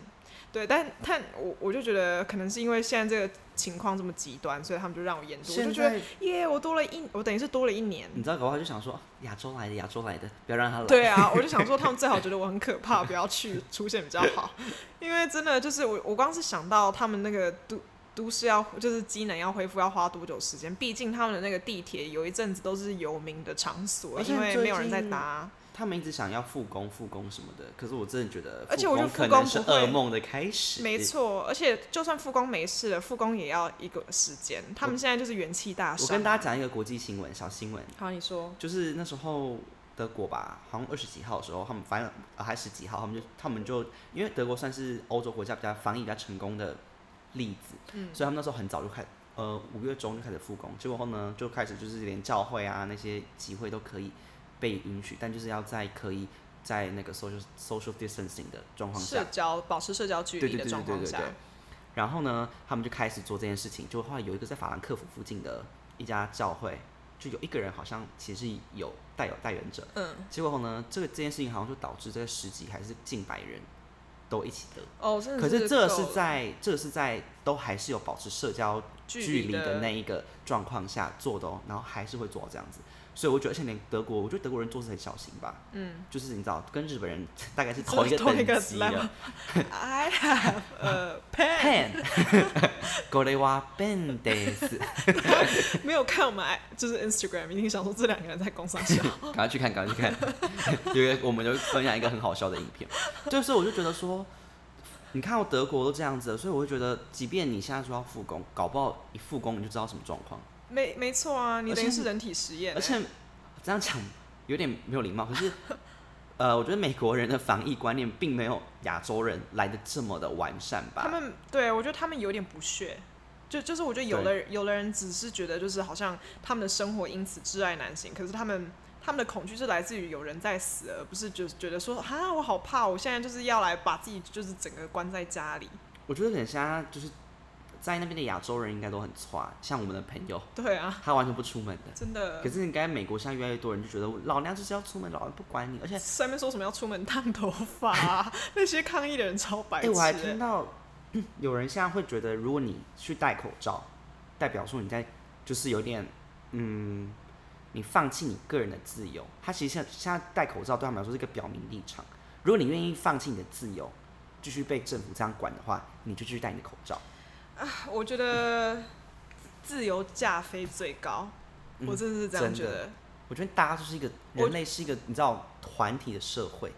[SPEAKER 1] 对，但但我我就觉得可能是因为现在这个情况这么极端，所以他们就让我研读，我就
[SPEAKER 2] 现
[SPEAKER 1] 觉得
[SPEAKER 2] 在
[SPEAKER 1] 耶，我多了一，我等于是多了一年，
[SPEAKER 2] 你知道，搞不好就想说啊亚洲来的亚洲来的，不要让他来。
[SPEAKER 1] 对啊，我就想说他们最好觉得我很可怕，不要去出现比较 好，因为真的就是我，我光是想到他们那个都都市要就是机能要恢复要花多久时间，毕竟他们的那个地铁有一阵子都是游民的场所，
[SPEAKER 2] 而且
[SPEAKER 1] 因为没有人
[SPEAKER 2] 最
[SPEAKER 1] 在
[SPEAKER 2] 近
[SPEAKER 1] 搭。
[SPEAKER 2] 他们一直想要复工复工什么的，可是我真的觉得，
[SPEAKER 1] 而且我觉得
[SPEAKER 2] 可
[SPEAKER 1] 复工
[SPEAKER 2] 能是
[SPEAKER 1] 不会
[SPEAKER 2] 噩梦的开始。
[SPEAKER 1] 没错，而且就算复工没事了，复工也要一个时间。他们
[SPEAKER 2] 我
[SPEAKER 1] 现在就是元气大伤。
[SPEAKER 2] 我跟大家讲一个国际新闻，小新闻，
[SPEAKER 1] 好，你说
[SPEAKER 2] 就是那时候德国吧，好像二十几号的时候，他们反正、呃、还十几号，他们就他们就因为德国算是欧洲国家比较防疫比较成功的例子，
[SPEAKER 1] 嗯
[SPEAKER 2] 所以他们那时候很早就开，呃，五月中就开始复工，结果后呢就开始就是连教会啊那些集会都可以被允许，但就是要在可以在那个 social social distancing 的状况下
[SPEAKER 1] 社，交保持社交距离
[SPEAKER 2] 对对
[SPEAKER 1] 的
[SPEAKER 2] 对
[SPEAKER 1] 状
[SPEAKER 2] 对
[SPEAKER 1] 况
[SPEAKER 2] 对
[SPEAKER 1] 下，
[SPEAKER 2] 对然后呢，他们就开始做这件事情。就后来有一个在法兰克福附近的一家教会，就有一个人好像其实有带有带源者，
[SPEAKER 1] 嗯，
[SPEAKER 2] 结果后呢，这个这件事情好像就导致这个十几还是近百人都一起得。
[SPEAKER 1] 哦，真的
[SPEAKER 2] 可是
[SPEAKER 1] 是
[SPEAKER 2] 这
[SPEAKER 1] 够
[SPEAKER 2] 是
[SPEAKER 1] 了
[SPEAKER 2] 在这是在都还是有保持社交距离的
[SPEAKER 1] 的
[SPEAKER 2] 那一个状况下做的哦，然后还是会做到这样子。所以我觉得，现在德国，我觉得德国人做事很小心吧，
[SPEAKER 1] 嗯，
[SPEAKER 2] 就是你知道，跟日本人大概是
[SPEAKER 1] 这
[SPEAKER 2] 同一 个
[SPEAKER 1] 同一个
[SPEAKER 2] 等级
[SPEAKER 1] level
[SPEAKER 2] 的。
[SPEAKER 1] I have a pen，
[SPEAKER 2] Pen，狗雷哇 Ben days，
[SPEAKER 1] 没有看我们 I- 就是 Instagram，一定想说这两个人在工商啊 笑。
[SPEAKER 2] 赶快去看，赶快去看。 有一个我们就分享一个很好笑的影片，就是我就觉得说，你看到德国都这样子了，所以我就觉得，即便你现在说要复工，搞不好一复工你就知道什么状况。
[SPEAKER 1] 没没错啊，你
[SPEAKER 2] 而且
[SPEAKER 1] 等于是人体实验欸、
[SPEAKER 2] 而且这样讲有点没有礼貌，可是 呃，我觉得美国人的防疫观念并没有亚洲人来的这么的完善吧。
[SPEAKER 1] 他们对我觉得他们有点不屑，就就是我觉得有的
[SPEAKER 2] 对
[SPEAKER 1] 人有的人只是觉得就是好像他们的生活因此挚爱难行，可是他们他们的恐惧是来自于有人在死，而不是就觉得说啊我好怕，我现在就是要来把自己就是整个关在家里。
[SPEAKER 2] 我觉得很像就是在那边的亚洲人应该都很差，像我们的朋友，
[SPEAKER 1] 对啊，
[SPEAKER 2] 他完全不出门的。
[SPEAKER 1] 真的
[SPEAKER 2] 可。是应该美国现在越来越多人就觉得老娘就是要出门，老娘不管你。而且，
[SPEAKER 1] 上面说什么要出门烫头发、啊， 那些抗议的人超白
[SPEAKER 2] 哎、
[SPEAKER 1] 痴、
[SPEAKER 2] 我还
[SPEAKER 1] 欸
[SPEAKER 2] 听到嗯有人现在会觉得，如果你去戴口罩，代表说你在就是有点嗯，你放弃你个人的自由。他其实现在现在戴口罩对他们来说是一个表明立场。如果你愿意放弃你的自由，继续被政府这样管的话，你就继续戴你的口罩。
[SPEAKER 1] 我觉得自由价非最高，
[SPEAKER 2] 嗯
[SPEAKER 1] 我真的是这样
[SPEAKER 2] 真
[SPEAKER 1] 觉
[SPEAKER 2] 的
[SPEAKER 1] 得。
[SPEAKER 2] 我觉得大家就是一个
[SPEAKER 1] 我
[SPEAKER 2] 人类是一个你知道团体的社会，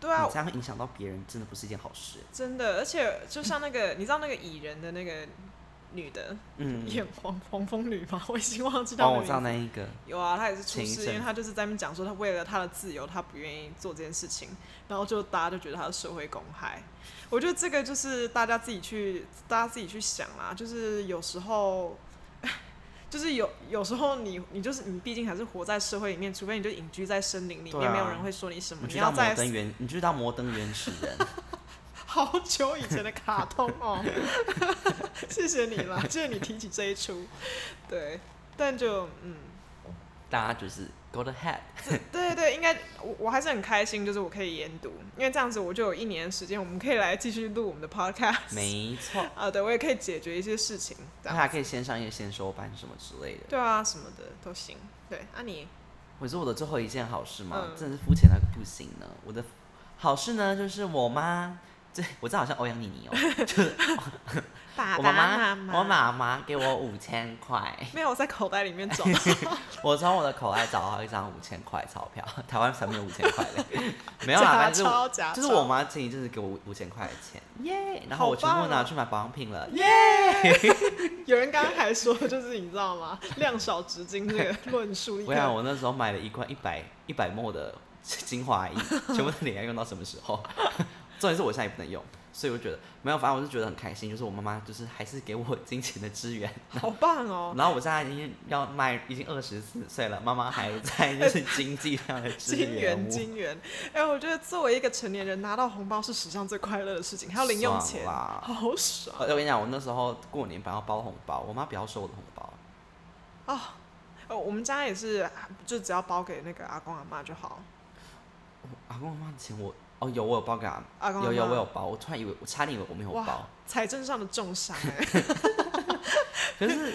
[SPEAKER 1] 对啊
[SPEAKER 2] 你，这样会影响到别人，真的不是一件好事。
[SPEAKER 1] 真的，而且就像那个，你知道那个蚁人的那个女的
[SPEAKER 2] 嗯，
[SPEAKER 1] 演黄黄蜂女吗？ 我已经忘记她
[SPEAKER 2] 哦，
[SPEAKER 1] 的
[SPEAKER 2] 我
[SPEAKER 1] 名
[SPEAKER 2] 知
[SPEAKER 1] 字
[SPEAKER 2] 道那一个，
[SPEAKER 1] 有啊，她也是出
[SPEAKER 2] 前一
[SPEAKER 1] 事，
[SPEAKER 2] 阵
[SPEAKER 1] 因为她就是在那边讲说，她为了她的自由，她不愿意做这件事情，然后就大家就觉得她是社会公害。我觉得这个就是大家自己去，大家自己去想啦，就是有时候。 就是有有时候你你就是你，毕竟还是活在社会里面，除非你就隐居在森林里面，
[SPEAKER 2] 对啊
[SPEAKER 1] 没有人会说你什么。
[SPEAKER 2] 你
[SPEAKER 1] 你
[SPEAKER 2] 去
[SPEAKER 1] 要
[SPEAKER 2] 当摩
[SPEAKER 1] 在
[SPEAKER 2] 登原，你去当摩登原始人。
[SPEAKER 1] 好久以前的卡通哦， 谢谢你啦，谢谢你提起这一出。对，但就嗯，
[SPEAKER 2] 大家就是 go to head，
[SPEAKER 1] 对对对，应该我我还是很开心，就是我可以研读，因为这样子我就有一年的时间，我们可以来继续录我们的 podcast。
[SPEAKER 2] 没错，
[SPEAKER 1] 啊，对我也可以解决一些事情，这
[SPEAKER 2] 大
[SPEAKER 1] 样
[SPEAKER 2] 家可以先上一些先修班什么之类的。
[SPEAKER 1] 对啊什么的都行。对，啊你
[SPEAKER 2] 我说我的最后一件好事嘛，
[SPEAKER 1] 嗯
[SPEAKER 2] 真的是肤浅到一个不行呢。我的好事呢，就是我妈，这 我这好像欧阳 妮妮哦，
[SPEAKER 1] 爸
[SPEAKER 2] 我
[SPEAKER 1] 爸
[SPEAKER 2] 妈
[SPEAKER 1] 妈
[SPEAKER 2] 妈，我妈妈给我五千 块，
[SPEAKER 1] 没有我在口袋里面 找到，
[SPEAKER 2] 我从我的口袋找到一张五千块钞票，台湾才没有五千块嘞， 没有啦，
[SPEAKER 1] 假
[SPEAKER 2] 但是我
[SPEAKER 1] 钞假
[SPEAKER 2] 就是
[SPEAKER 1] 钞
[SPEAKER 2] 我妈前一阵子给我五五千块的钱，耶，然后
[SPEAKER 1] 好
[SPEAKER 2] 我全部
[SPEAKER 1] 棒
[SPEAKER 2] 拿
[SPEAKER 1] 哦
[SPEAKER 2] 去买保养品了，
[SPEAKER 1] 有人刚刚还说，就是你知道吗？量少值精这个论述，你
[SPEAKER 2] 我
[SPEAKER 1] 看
[SPEAKER 2] 想我那时候买了一罐一百一百沫的 精 华液，全部脸要用到什么时候？ 重点是我现在也不能用，所以我觉得没有，反正我是觉得很开心，就是我妈妈就是还是给我金钱的 支援。
[SPEAKER 1] 好棒哦，
[SPEAKER 2] 然后我现在已经要卖，已经二十四岁了，妈妈还在就是经济上的支
[SPEAKER 1] 金
[SPEAKER 2] 援
[SPEAKER 1] 元
[SPEAKER 2] 我。
[SPEAKER 1] 金元，哎、我觉得作为一个成年人拿到红包是史上最快乐的事情，还有零用
[SPEAKER 2] 爽
[SPEAKER 1] 钱，
[SPEAKER 2] 啦！
[SPEAKER 1] 好爽
[SPEAKER 2] 而且我跟你讲，我那时候过年本来要包红包，我妈不要收我的红包，
[SPEAKER 1] 哦！哦，我们家也是，就只要包给那个阿公阿妈就好。
[SPEAKER 2] 阿公阿妈的钱我哦有我有包给阿，
[SPEAKER 1] 阿公阿
[SPEAKER 2] 有有
[SPEAKER 1] 嬷
[SPEAKER 2] 我有包，我突然以为我差点以为我没有
[SPEAKER 1] 哇
[SPEAKER 2] 包，
[SPEAKER 1] 财政上的重伤 哎、
[SPEAKER 2] 可是，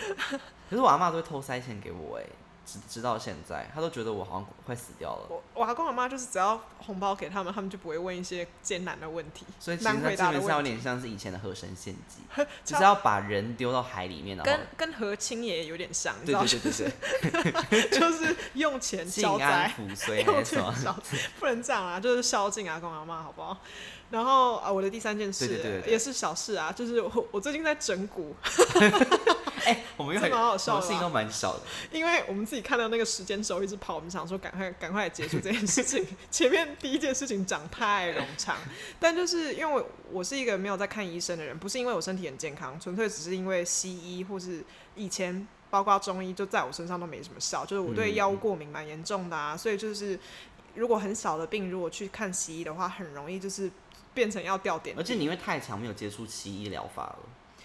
[SPEAKER 2] 可是我阿妈都会偷塞钱给我哎，直直到现在，她都觉得我好像快死掉了。
[SPEAKER 1] 我我阿公阿妈就是只要红包给他们，他们就不会问一些艰难的问题，
[SPEAKER 2] 所以其实
[SPEAKER 1] 难
[SPEAKER 2] 它
[SPEAKER 1] 回
[SPEAKER 2] 基
[SPEAKER 1] 答的
[SPEAKER 2] 本上有
[SPEAKER 1] 问题。
[SPEAKER 2] 点像是以前的河神献祭，就
[SPEAKER 1] 超
[SPEAKER 2] 是要把人丢到海里面，然
[SPEAKER 1] 跟
[SPEAKER 2] 后
[SPEAKER 1] 跟和亲也有点像，你知
[SPEAKER 2] 对
[SPEAKER 1] 道，
[SPEAKER 2] 对
[SPEAKER 1] 就
[SPEAKER 2] 对对
[SPEAKER 1] 是
[SPEAKER 2] 对，
[SPEAKER 1] 就是用钱
[SPEAKER 2] 静
[SPEAKER 1] 消
[SPEAKER 2] 安
[SPEAKER 1] 灾。
[SPEAKER 2] 抚虽
[SPEAKER 1] 用
[SPEAKER 2] 还是
[SPEAKER 1] 钱
[SPEAKER 2] 什么？
[SPEAKER 1] 孝，不能这样啊，就是孝敬阿公阿妈，好不好？然后啊，我的第三件事
[SPEAKER 2] 对对对对
[SPEAKER 1] 也是小事啊，就是我我最近在整蛊，
[SPEAKER 2] 哎，我们又
[SPEAKER 1] 这蛮好
[SPEAKER 2] 什
[SPEAKER 1] 笑的
[SPEAKER 2] 么
[SPEAKER 1] 啊
[SPEAKER 2] 事情都蛮少的，
[SPEAKER 1] 因为我们自己看到那个时间轴一直跑，我们想说赶快赶快结束这件事情。 前面第一件事情讲太冗长， 但就是因为我我是一个没有在看医生的人，不是因为我身体很健康，纯粹只是因为西医或是以前包括中医就在我身上都没什么效，就是我对
[SPEAKER 2] 嗯
[SPEAKER 1] 药物过敏蛮严重的啊，所以就是。如果很小的病，如果去看西医的话，很容易就是变成要掉点
[SPEAKER 2] 而且
[SPEAKER 1] 滴
[SPEAKER 2] 你因为太长没有接触西医疗法了，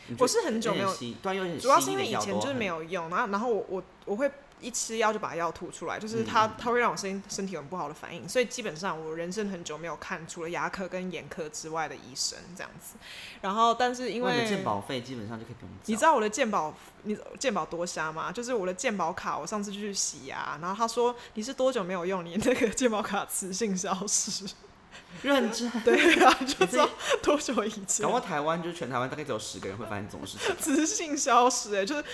[SPEAKER 2] 你
[SPEAKER 1] 我
[SPEAKER 2] 就是
[SPEAKER 1] 很久没
[SPEAKER 2] 有
[SPEAKER 1] 有
[SPEAKER 2] 点西，对啊，有点
[SPEAKER 1] 主要
[SPEAKER 2] 西
[SPEAKER 1] 是
[SPEAKER 2] 医
[SPEAKER 1] 因为
[SPEAKER 2] 的
[SPEAKER 1] 以
[SPEAKER 2] 药
[SPEAKER 1] 前
[SPEAKER 2] 都
[SPEAKER 1] 就是
[SPEAKER 2] 很
[SPEAKER 1] 没有用，然后然后我我我会一吃药就把药吐出来，就是它、
[SPEAKER 2] 嗯
[SPEAKER 1] 它会让我身身体有很不好的反应，所以基本上我人生很久没有看除了牙科跟眼科之外的医生这样子。然后但是因
[SPEAKER 2] 哇你的
[SPEAKER 1] 为
[SPEAKER 2] 健保费基本上就可以不用
[SPEAKER 1] 你
[SPEAKER 2] 交
[SPEAKER 1] 知道我的健保，你健保多瞎吗？就是我的健保卡，我上次就去洗牙，然后他说你是多久没有用你那个健保卡磁性消失？
[SPEAKER 2] 认真，
[SPEAKER 1] 对啊，就
[SPEAKER 2] 你
[SPEAKER 1] 知
[SPEAKER 2] 这
[SPEAKER 1] 道多久以前。
[SPEAKER 2] 搞过台湾就是全台湾大概只有十个人会发现这种事情
[SPEAKER 1] 磁性消失、哎，就是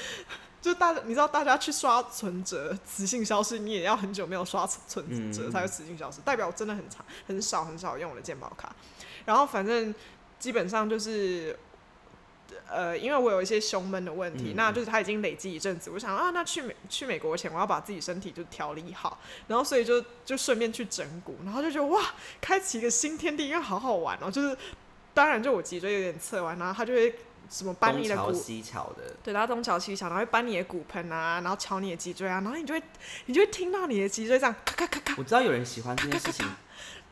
[SPEAKER 1] 就大家你知道大家去刷存折，磁性消失，你也要很久没有刷存存折
[SPEAKER 2] 嗯
[SPEAKER 1] 才会磁性消失，代表我真的很长很少很少用我的健保卡。然后反正基本上就是。呃，因为我有一些胸闷的问题，
[SPEAKER 2] 嗯
[SPEAKER 1] 那就是它已经累积一阵子。我想啊，那去美去美国前，我要把自己身体就调理好，然后所以就就顺便去整骨，然后就觉得哇，开启一个新天地，因为好好玩哦。就是当然，就我脊椎有点侧弯，然后它就会什么 搬
[SPEAKER 2] 东
[SPEAKER 1] 你的
[SPEAKER 2] 桥
[SPEAKER 1] 骨
[SPEAKER 2] 西桥的，
[SPEAKER 1] 对，然后东瞧西瞧，然后会搬你的骨盆啊，然后瞧你的脊椎啊，然后你就会，你就会听到你的脊椎这样咔咔咔咔，
[SPEAKER 2] 我知道有人喜欢这件事情，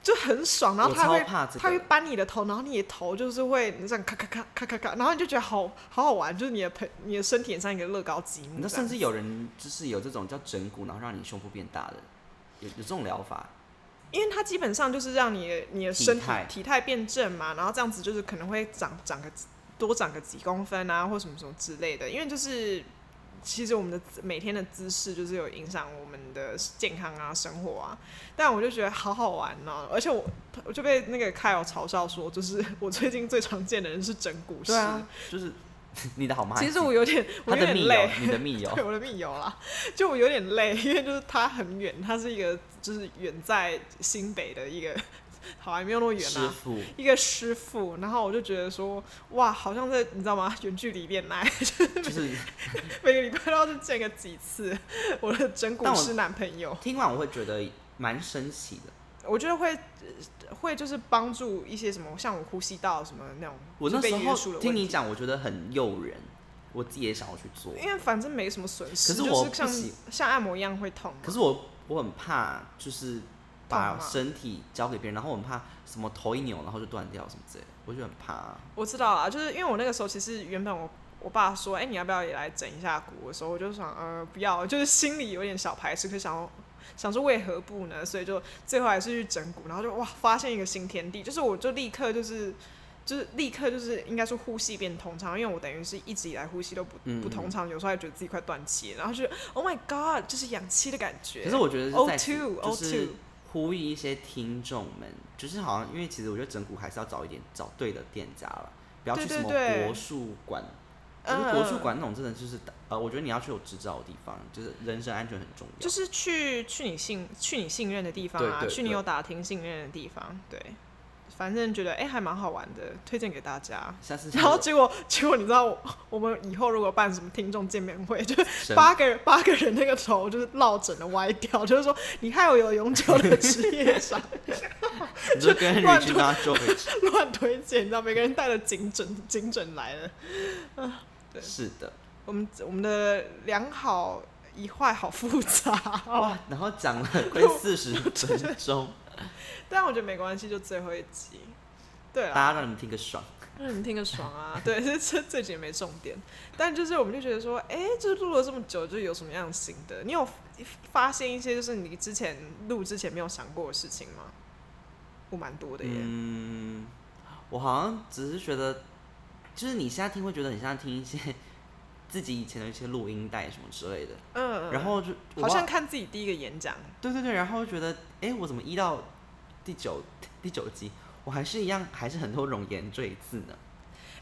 [SPEAKER 1] 就很爽。然后
[SPEAKER 2] 我
[SPEAKER 1] 他
[SPEAKER 2] 超
[SPEAKER 1] 会，
[SPEAKER 2] 怕这
[SPEAKER 1] 他会
[SPEAKER 2] 个。
[SPEAKER 1] 搬你的头，然后你的头就是会这样咔咔咔咔咔咔，然后你就觉得好好好玩，就是你的盆，你的身体很像一个乐高积
[SPEAKER 2] 你
[SPEAKER 1] 木
[SPEAKER 2] 知
[SPEAKER 1] 这样。
[SPEAKER 2] 道，甚至有人就是有这种叫整骨，然后让你胸部变大的，有有这种疗法。
[SPEAKER 1] 因为它基本上就是让你的你的身体
[SPEAKER 2] 体态
[SPEAKER 1] 体态变正嘛，然后这样子就是可能会长长个多长个几公分啊，或什么什么之类的。因为就是其实我们的姿每天的姿势就是有影响我们的健康啊、生活啊。但我就觉得好好玩哦、而且我我就被那个 Kyle 嘲笑说，就是我最近最常见的人是整骨师。
[SPEAKER 2] 对啊，就是 你的好妈。
[SPEAKER 1] 其实我有点我
[SPEAKER 2] 他
[SPEAKER 1] 有
[SPEAKER 2] 的
[SPEAKER 1] 点
[SPEAKER 2] 哦密
[SPEAKER 1] 累
[SPEAKER 2] 友，，你的 密友，
[SPEAKER 1] 对我的密友啦，就我有点累，因为就是他很远，他是一个就是远在新北的一个， 好还没有那么远
[SPEAKER 2] 师
[SPEAKER 1] 啊，
[SPEAKER 2] 傅，
[SPEAKER 1] 一个师傅。然后我就觉得说，哇，好像在你知道吗？远距离恋爱，
[SPEAKER 2] 就是
[SPEAKER 1] 每个礼拜都要去见个几次。我的整骨
[SPEAKER 2] 但我
[SPEAKER 1] 师男朋友，
[SPEAKER 2] 听完我会觉得蛮神奇的。
[SPEAKER 1] 我觉得会呃会就是帮助一些什么，像我呼吸道什么那种，
[SPEAKER 2] 我
[SPEAKER 1] 就
[SPEAKER 2] 那
[SPEAKER 1] 被
[SPEAKER 2] 时
[SPEAKER 1] 约束
[SPEAKER 2] 候
[SPEAKER 1] 的
[SPEAKER 2] 听
[SPEAKER 1] 问
[SPEAKER 2] 你
[SPEAKER 1] 题。
[SPEAKER 2] 讲，我觉得很诱人，我自己也想要去做。
[SPEAKER 1] 因为反正没什么损失，
[SPEAKER 2] 可是我
[SPEAKER 1] 就
[SPEAKER 2] 不
[SPEAKER 1] 像
[SPEAKER 2] 喜
[SPEAKER 1] 像按摩一样会痛嘛。
[SPEAKER 2] 可是我我很怕，就是
[SPEAKER 1] 痛
[SPEAKER 2] 把
[SPEAKER 1] 吗
[SPEAKER 2] 身体交给别人，然后我很怕什么头一扭然后就断掉什么之类的，我就很怕啊。
[SPEAKER 1] 我知道啊，就是因为我那个时候其实原本我我爸说，哎、你要不要也来整一下骨的时候，我就想，呃，不要，就是心里有点小排斥，可是想要想说为何不呢？所以就最后还是去整骨，然后就哇，发现一个新天地，就是我就立刻就是。就是立刻就是应该说呼吸变通畅，因为我等于是一直以来呼吸都不
[SPEAKER 2] 嗯
[SPEAKER 1] 不通畅，有时候还觉得自己快断气，然后就 Oh my God，就是氧气的感觉。
[SPEAKER 2] 可是我觉得
[SPEAKER 1] O
[SPEAKER 2] 是在此
[SPEAKER 1] two
[SPEAKER 2] 就
[SPEAKER 1] O
[SPEAKER 2] 是
[SPEAKER 1] two，
[SPEAKER 2] 呼吁一些听众们，就是好像因为其实我觉得整骨还是要找一点找对的店家了，不要去
[SPEAKER 1] 对
[SPEAKER 2] 什么
[SPEAKER 1] 对对
[SPEAKER 2] 国术馆。可
[SPEAKER 1] 嗯
[SPEAKER 2] 是国术馆那种真的就是，呃，我觉得你要去有执照的地方，就是人身安全很重要。
[SPEAKER 1] 就是去去你信去你信任的地方啊，
[SPEAKER 2] 对对
[SPEAKER 1] 去你
[SPEAKER 2] 对
[SPEAKER 1] 有打听信任的地方，对，反正觉得哎、还蛮好玩的，推荐给大家。
[SPEAKER 2] 下次
[SPEAKER 1] 然后结果结果你知道我，我们以后如果办什么听众见面会，就
[SPEAKER 2] 神
[SPEAKER 1] 八个人八个人那个头就是落枕的歪掉，就是说你害我有永久的职业伤，
[SPEAKER 2] 你就跟
[SPEAKER 1] 乱
[SPEAKER 2] 你去拿 j o
[SPEAKER 1] 乱推荐，你知道每个人带了颈枕颈枕来了。对
[SPEAKER 2] 是的，
[SPEAKER 1] 我们我们的良好一坏好复杂 哦，
[SPEAKER 2] 哇，然后讲了快四十分 钟，
[SPEAKER 1] 但我觉得没关系，就最后一集。对啊，
[SPEAKER 2] 大家让你们听个爽。
[SPEAKER 1] 让你们听个爽啊！ 对，这这这集没重点，但就是我们就觉得说，哎、就是录了这么久，就有什么样新的？你有发现一些就是你之前录之前没有想过的事情吗？我蛮多的耶。
[SPEAKER 2] 嗯，我好像只是觉得，就是你现在听会觉得很像听一些 自己以前的一些录音带什么之类的，
[SPEAKER 1] 嗯，
[SPEAKER 2] 然后就我
[SPEAKER 1] 好像
[SPEAKER 2] 忘
[SPEAKER 1] 看自己第一个演讲，
[SPEAKER 2] 对对对，然后就觉得，哎、我怎么一到第九第九集，我还是一样，还是很多冗言赘字呢？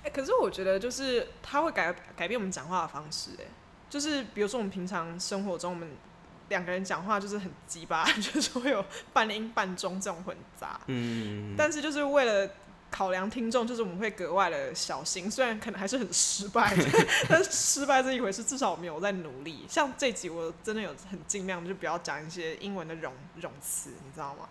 [SPEAKER 1] 哎、可是我觉得就是它会改改变我们讲话的方式，哎，就是比如说我们平常生活中我们。两个人讲话就是很鸡巴， 就是会有半音半钟这种混杂。
[SPEAKER 2] 嗯，
[SPEAKER 1] 但是就是为了考量听众，就是我们会格外的小心，虽然可能还是很失败， 但是失败这一回事，至少我们有在努力。像这集我真的有很尽量，就不要讲一些英文的冗冗词，你知道吗？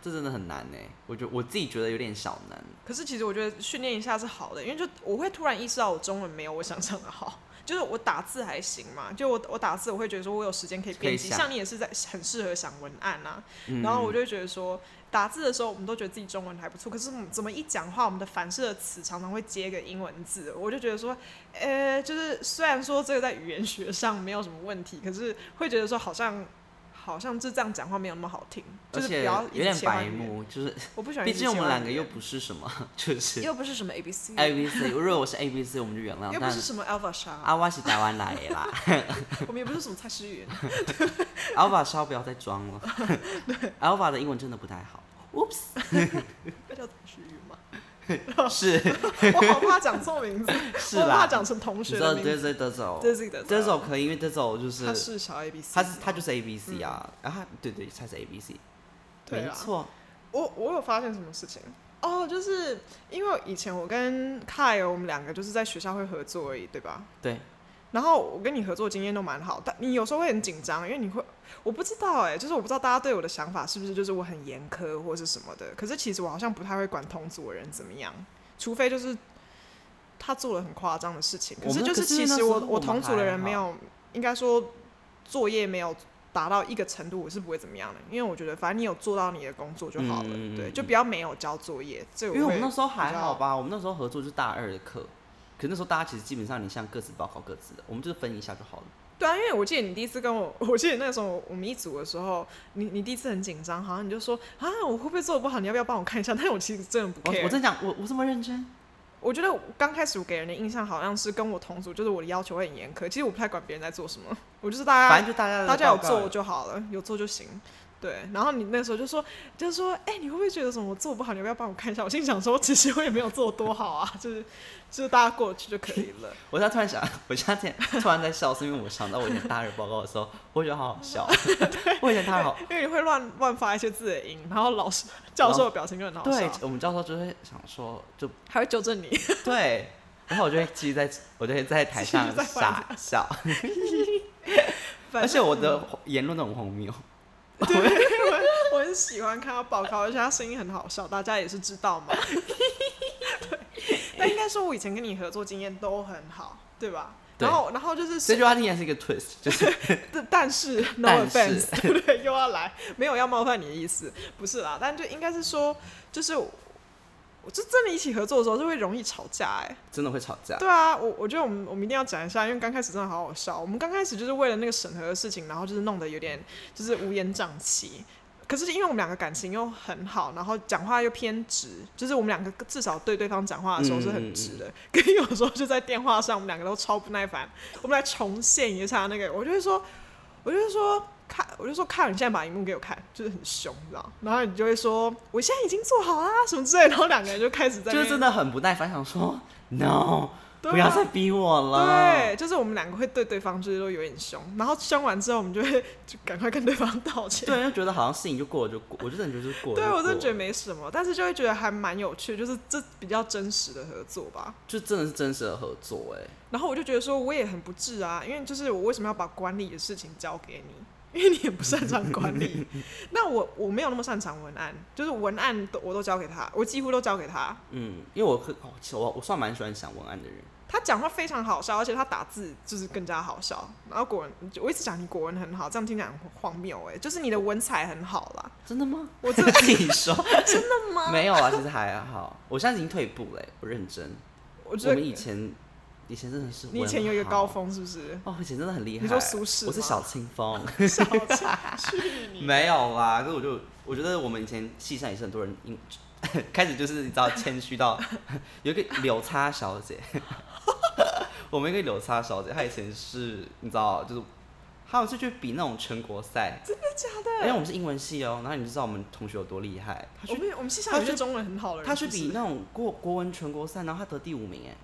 [SPEAKER 2] 这真的很难呢。我觉我自己觉得有点小难。
[SPEAKER 1] 可是其实我觉得训练一下是好的，因为就我会突然意识到我中文没有我想象的好，就是我打字还行嘛，就我我打字我会觉得说我有时间可以
[SPEAKER 2] 可以
[SPEAKER 1] 编辑，
[SPEAKER 2] 想
[SPEAKER 1] 像你也是在很适合想文案啊，
[SPEAKER 2] 嗯
[SPEAKER 1] 然后我就会觉得说打字的时候我们都觉得自己中文还不错，可是我们怎么一讲话，我们的反射的词常常会接个英文字，我就觉得说，呃，就是虽然说这个在语言学上没有什么问题，可是会觉得说好像。好像就这样讲话没有那么好听，就
[SPEAKER 2] 而
[SPEAKER 1] 是
[SPEAKER 2] 且
[SPEAKER 1] 不要
[SPEAKER 2] 有
[SPEAKER 1] 一直
[SPEAKER 2] 点
[SPEAKER 1] 切换
[SPEAKER 2] 白
[SPEAKER 1] 语言。
[SPEAKER 2] 目，就是
[SPEAKER 1] 我不喜欢一 直
[SPEAKER 2] 毕竟我
[SPEAKER 1] 切
[SPEAKER 2] 们
[SPEAKER 1] 换
[SPEAKER 2] 两个
[SPEAKER 1] 语
[SPEAKER 2] 又
[SPEAKER 1] 言
[SPEAKER 2] 不是什么，就是
[SPEAKER 3] 又不是什么 A B C，
[SPEAKER 2] A B C。如果我是 A B C，我们就原谅。
[SPEAKER 1] 又不
[SPEAKER 2] 但
[SPEAKER 1] 是什么 Alpha 沙、
[SPEAKER 2] 啊，我是台湾来的啦，
[SPEAKER 1] 我们也不是什么蔡诗芸，
[SPEAKER 2] Alpha 稍不要再装了，Alpha 的英文真的不太好。Oops，
[SPEAKER 1] 那叫蔡诗芸 吗？
[SPEAKER 2] 是
[SPEAKER 1] 我好怕讲错名字，
[SPEAKER 2] 是
[SPEAKER 1] 我好怕
[SPEAKER 2] 啦，
[SPEAKER 1] 讲成同
[SPEAKER 2] 你
[SPEAKER 1] 学
[SPEAKER 2] 知
[SPEAKER 1] 的
[SPEAKER 2] 道
[SPEAKER 1] 名字。
[SPEAKER 2] Dizzy Dizzy
[SPEAKER 1] 这是的，
[SPEAKER 2] Dizzy 可以，因为 Dizzy 就是
[SPEAKER 1] 他是小 A B C，
[SPEAKER 2] 他是他就是 A B C 啊，然后他对对他是 A B C，
[SPEAKER 1] 对
[SPEAKER 2] 没
[SPEAKER 1] 啊。
[SPEAKER 2] 错，
[SPEAKER 1] 我我有发现什么事情哦，就是因为以前我跟 Kyle 我们两个就是在学校会合作而已，对吧？
[SPEAKER 2] 对。
[SPEAKER 1] 然后我跟你合作经验都蛮好，但你有时候会很紧张，因为你会，我不知道哎、就是我不知道大家对我的想法是不是就是我很严苛或是什么的，可是其实我好像不太会管同组的人怎么样，除非就是他做了很夸张的事情，可
[SPEAKER 2] 我
[SPEAKER 1] 是
[SPEAKER 2] 们
[SPEAKER 1] 就是
[SPEAKER 2] 可是
[SPEAKER 1] 其
[SPEAKER 2] 那
[SPEAKER 1] 实
[SPEAKER 2] 时
[SPEAKER 1] 我我
[SPEAKER 2] 候我们
[SPEAKER 1] 同组的
[SPEAKER 2] 还
[SPEAKER 1] 人没
[SPEAKER 2] 好
[SPEAKER 1] 有，应该说作业没有达到一个程度，我是不会怎么样的，因为我觉得反正你有做到你的工作就好了，
[SPEAKER 2] 嗯嗯嗯
[SPEAKER 1] 对，
[SPEAKER 2] 嗯
[SPEAKER 1] 就不要没有交作业。这
[SPEAKER 2] 因
[SPEAKER 1] 个
[SPEAKER 2] 为我
[SPEAKER 1] 会
[SPEAKER 2] 们那时候还
[SPEAKER 1] 比较
[SPEAKER 2] 好吧，我们那时候合作就是大二的课，可是那时候大家其实基本上你像各自报告各自的，我们就是分一下就好了。
[SPEAKER 1] 对啊，因为我记得你第一次跟我， 我记得那时候我们一组的时候，你你第一次很紧张，好像你就说啊，我会不会做的不好？你要不要帮我看一下？但我其实真的不
[SPEAKER 2] 我
[SPEAKER 1] care。
[SPEAKER 2] 哦我真讲，我我这么认真，
[SPEAKER 1] 我觉得我刚开始我给人的印象好像是跟我同组，就是我的要求会很严苛。其实我不太管别人在做什么，我就是大
[SPEAKER 2] 反
[SPEAKER 1] 家
[SPEAKER 2] 正就大家的
[SPEAKER 1] 大家有
[SPEAKER 2] 报告
[SPEAKER 1] 做就好了，有做就行。对，然后你那时候就说，就是说，哎、你会不会觉得什么我做不好？你要不要帮我看一下？我心想说，其实我也没有做多好啊， 就是就是大家过去就可以 了。
[SPEAKER 2] 我现在突然想，我现在突然在笑，是因为我想到我以前大二报告的时候，我觉得好好笑。我以前大二好，
[SPEAKER 1] 因为你会乱乱发一些字的音，然后老师教授的表情就很好
[SPEAKER 2] 对
[SPEAKER 1] 笑，
[SPEAKER 2] 我们教授就会想说，就
[SPEAKER 1] 还会纠正 你。
[SPEAKER 2] 对，然后我就会记在，我就会在台上
[SPEAKER 1] 继续在
[SPEAKER 2] 傻笑，而且我的言论都很荒谬。
[SPEAKER 1] 对，我我很喜欢看他报告，而且他声音很好笑，大家也是知道 嘛。对，但应该说我以前跟你合作经验都很好，对吧？
[SPEAKER 2] 对
[SPEAKER 1] 然后，然后就是
[SPEAKER 2] 这句话听起来是一个 twist，就是
[SPEAKER 1] 但但是 no
[SPEAKER 2] 但
[SPEAKER 1] offense，
[SPEAKER 2] 是
[SPEAKER 1] 对不对？又要来，没有要冒犯你的意思，不是啦。但就应该是说，就是我我就真的一起合作的时候，就会容易吵架哎、
[SPEAKER 2] 真的会吵架。
[SPEAKER 1] 对啊，我我觉得我们我们一定要讲一下，因为刚开始真的好好笑。我们刚开始就是为了那个审核的事情，然后就是弄得有点就是乌烟瘴气。可是因为我们两个感情又很好，然后讲话又偏直，就是我们两个至少对对方讲话的时候是很直的。
[SPEAKER 2] 嗯
[SPEAKER 1] 可是有时候就在电话上，我们两个都超不耐烦。我们来重现一下那个，我就会说，我就会说。看，我就说看，你现在把荧幕给我看，就是很凶，你知道？然后你就会说，我现在已经做好啦，什么之类的。然后两个人就开始在那
[SPEAKER 2] 就
[SPEAKER 1] 边，
[SPEAKER 2] 是真的很不耐烦，想说 no，
[SPEAKER 1] 对啊
[SPEAKER 2] 不要再逼我了。
[SPEAKER 1] 对，就是我们两个会对对方就是都有点凶，然后凶完之后，我们就会就赶快跟对方道歉。
[SPEAKER 2] 对，就觉得好像事情就过了就过，我就真的觉得就是过了
[SPEAKER 1] 对，
[SPEAKER 2] 就过
[SPEAKER 1] 我真的觉得
[SPEAKER 2] 得
[SPEAKER 1] 没什么，但是就会觉得还蛮有趣，就是这比较真实的合作吧。
[SPEAKER 2] 就真的是真实的合作哎、
[SPEAKER 1] 然后我就觉得说，我也很不智啊，因为就是我为什么要把管理的事情交给你？因为你也不擅长管 理。那我我没有那么擅长文案，就是文案都我都交给他，我几乎都交给他。
[SPEAKER 2] 嗯，因为我可哦其实我我算蛮喜欢想文案的人，
[SPEAKER 1] 他讲话非常好笑，而且他打字就是更加好笑。然后国文，我一直讲你国文很好，这样听起来很荒谬哎、就是你的文采很好啦。
[SPEAKER 2] 真的吗？
[SPEAKER 1] 我真
[SPEAKER 2] 自 己说真
[SPEAKER 1] 的吗？
[SPEAKER 2] 没有啊，其实还好，我现在已经退步了、欸，我认真。
[SPEAKER 1] 我觉
[SPEAKER 2] 我
[SPEAKER 1] 得
[SPEAKER 2] 们以前以前真的是
[SPEAKER 1] 你以前
[SPEAKER 2] 文
[SPEAKER 1] 有一个
[SPEAKER 2] 豪
[SPEAKER 1] 高峰是不是？
[SPEAKER 2] 哦，我以前真的很厉害。
[SPEAKER 1] 你说苏轼
[SPEAKER 2] 我是
[SPEAKER 1] 吗
[SPEAKER 2] 小清风，
[SPEAKER 1] 小气去 你！
[SPEAKER 2] 没有啦。可是我就我觉得我们以前戏上也是很多人因 开始就是你知道谦 虚到有一个柳擦小姐， 我们一个柳擦小姐，她以前是你知道就是还有就去比那种全国赛，真的假的？因为我们是英文系哦，然后你就知道我们同学有多厉害。她
[SPEAKER 1] 我
[SPEAKER 2] 去
[SPEAKER 1] 们我们系上有
[SPEAKER 2] 他
[SPEAKER 1] 些
[SPEAKER 2] 去
[SPEAKER 1] 中文很好的人，
[SPEAKER 2] 她
[SPEAKER 1] 是
[SPEAKER 2] 去
[SPEAKER 1] 不
[SPEAKER 2] 比
[SPEAKER 1] 是
[SPEAKER 2] 那种国国文全国赛，然后她得第五名哎。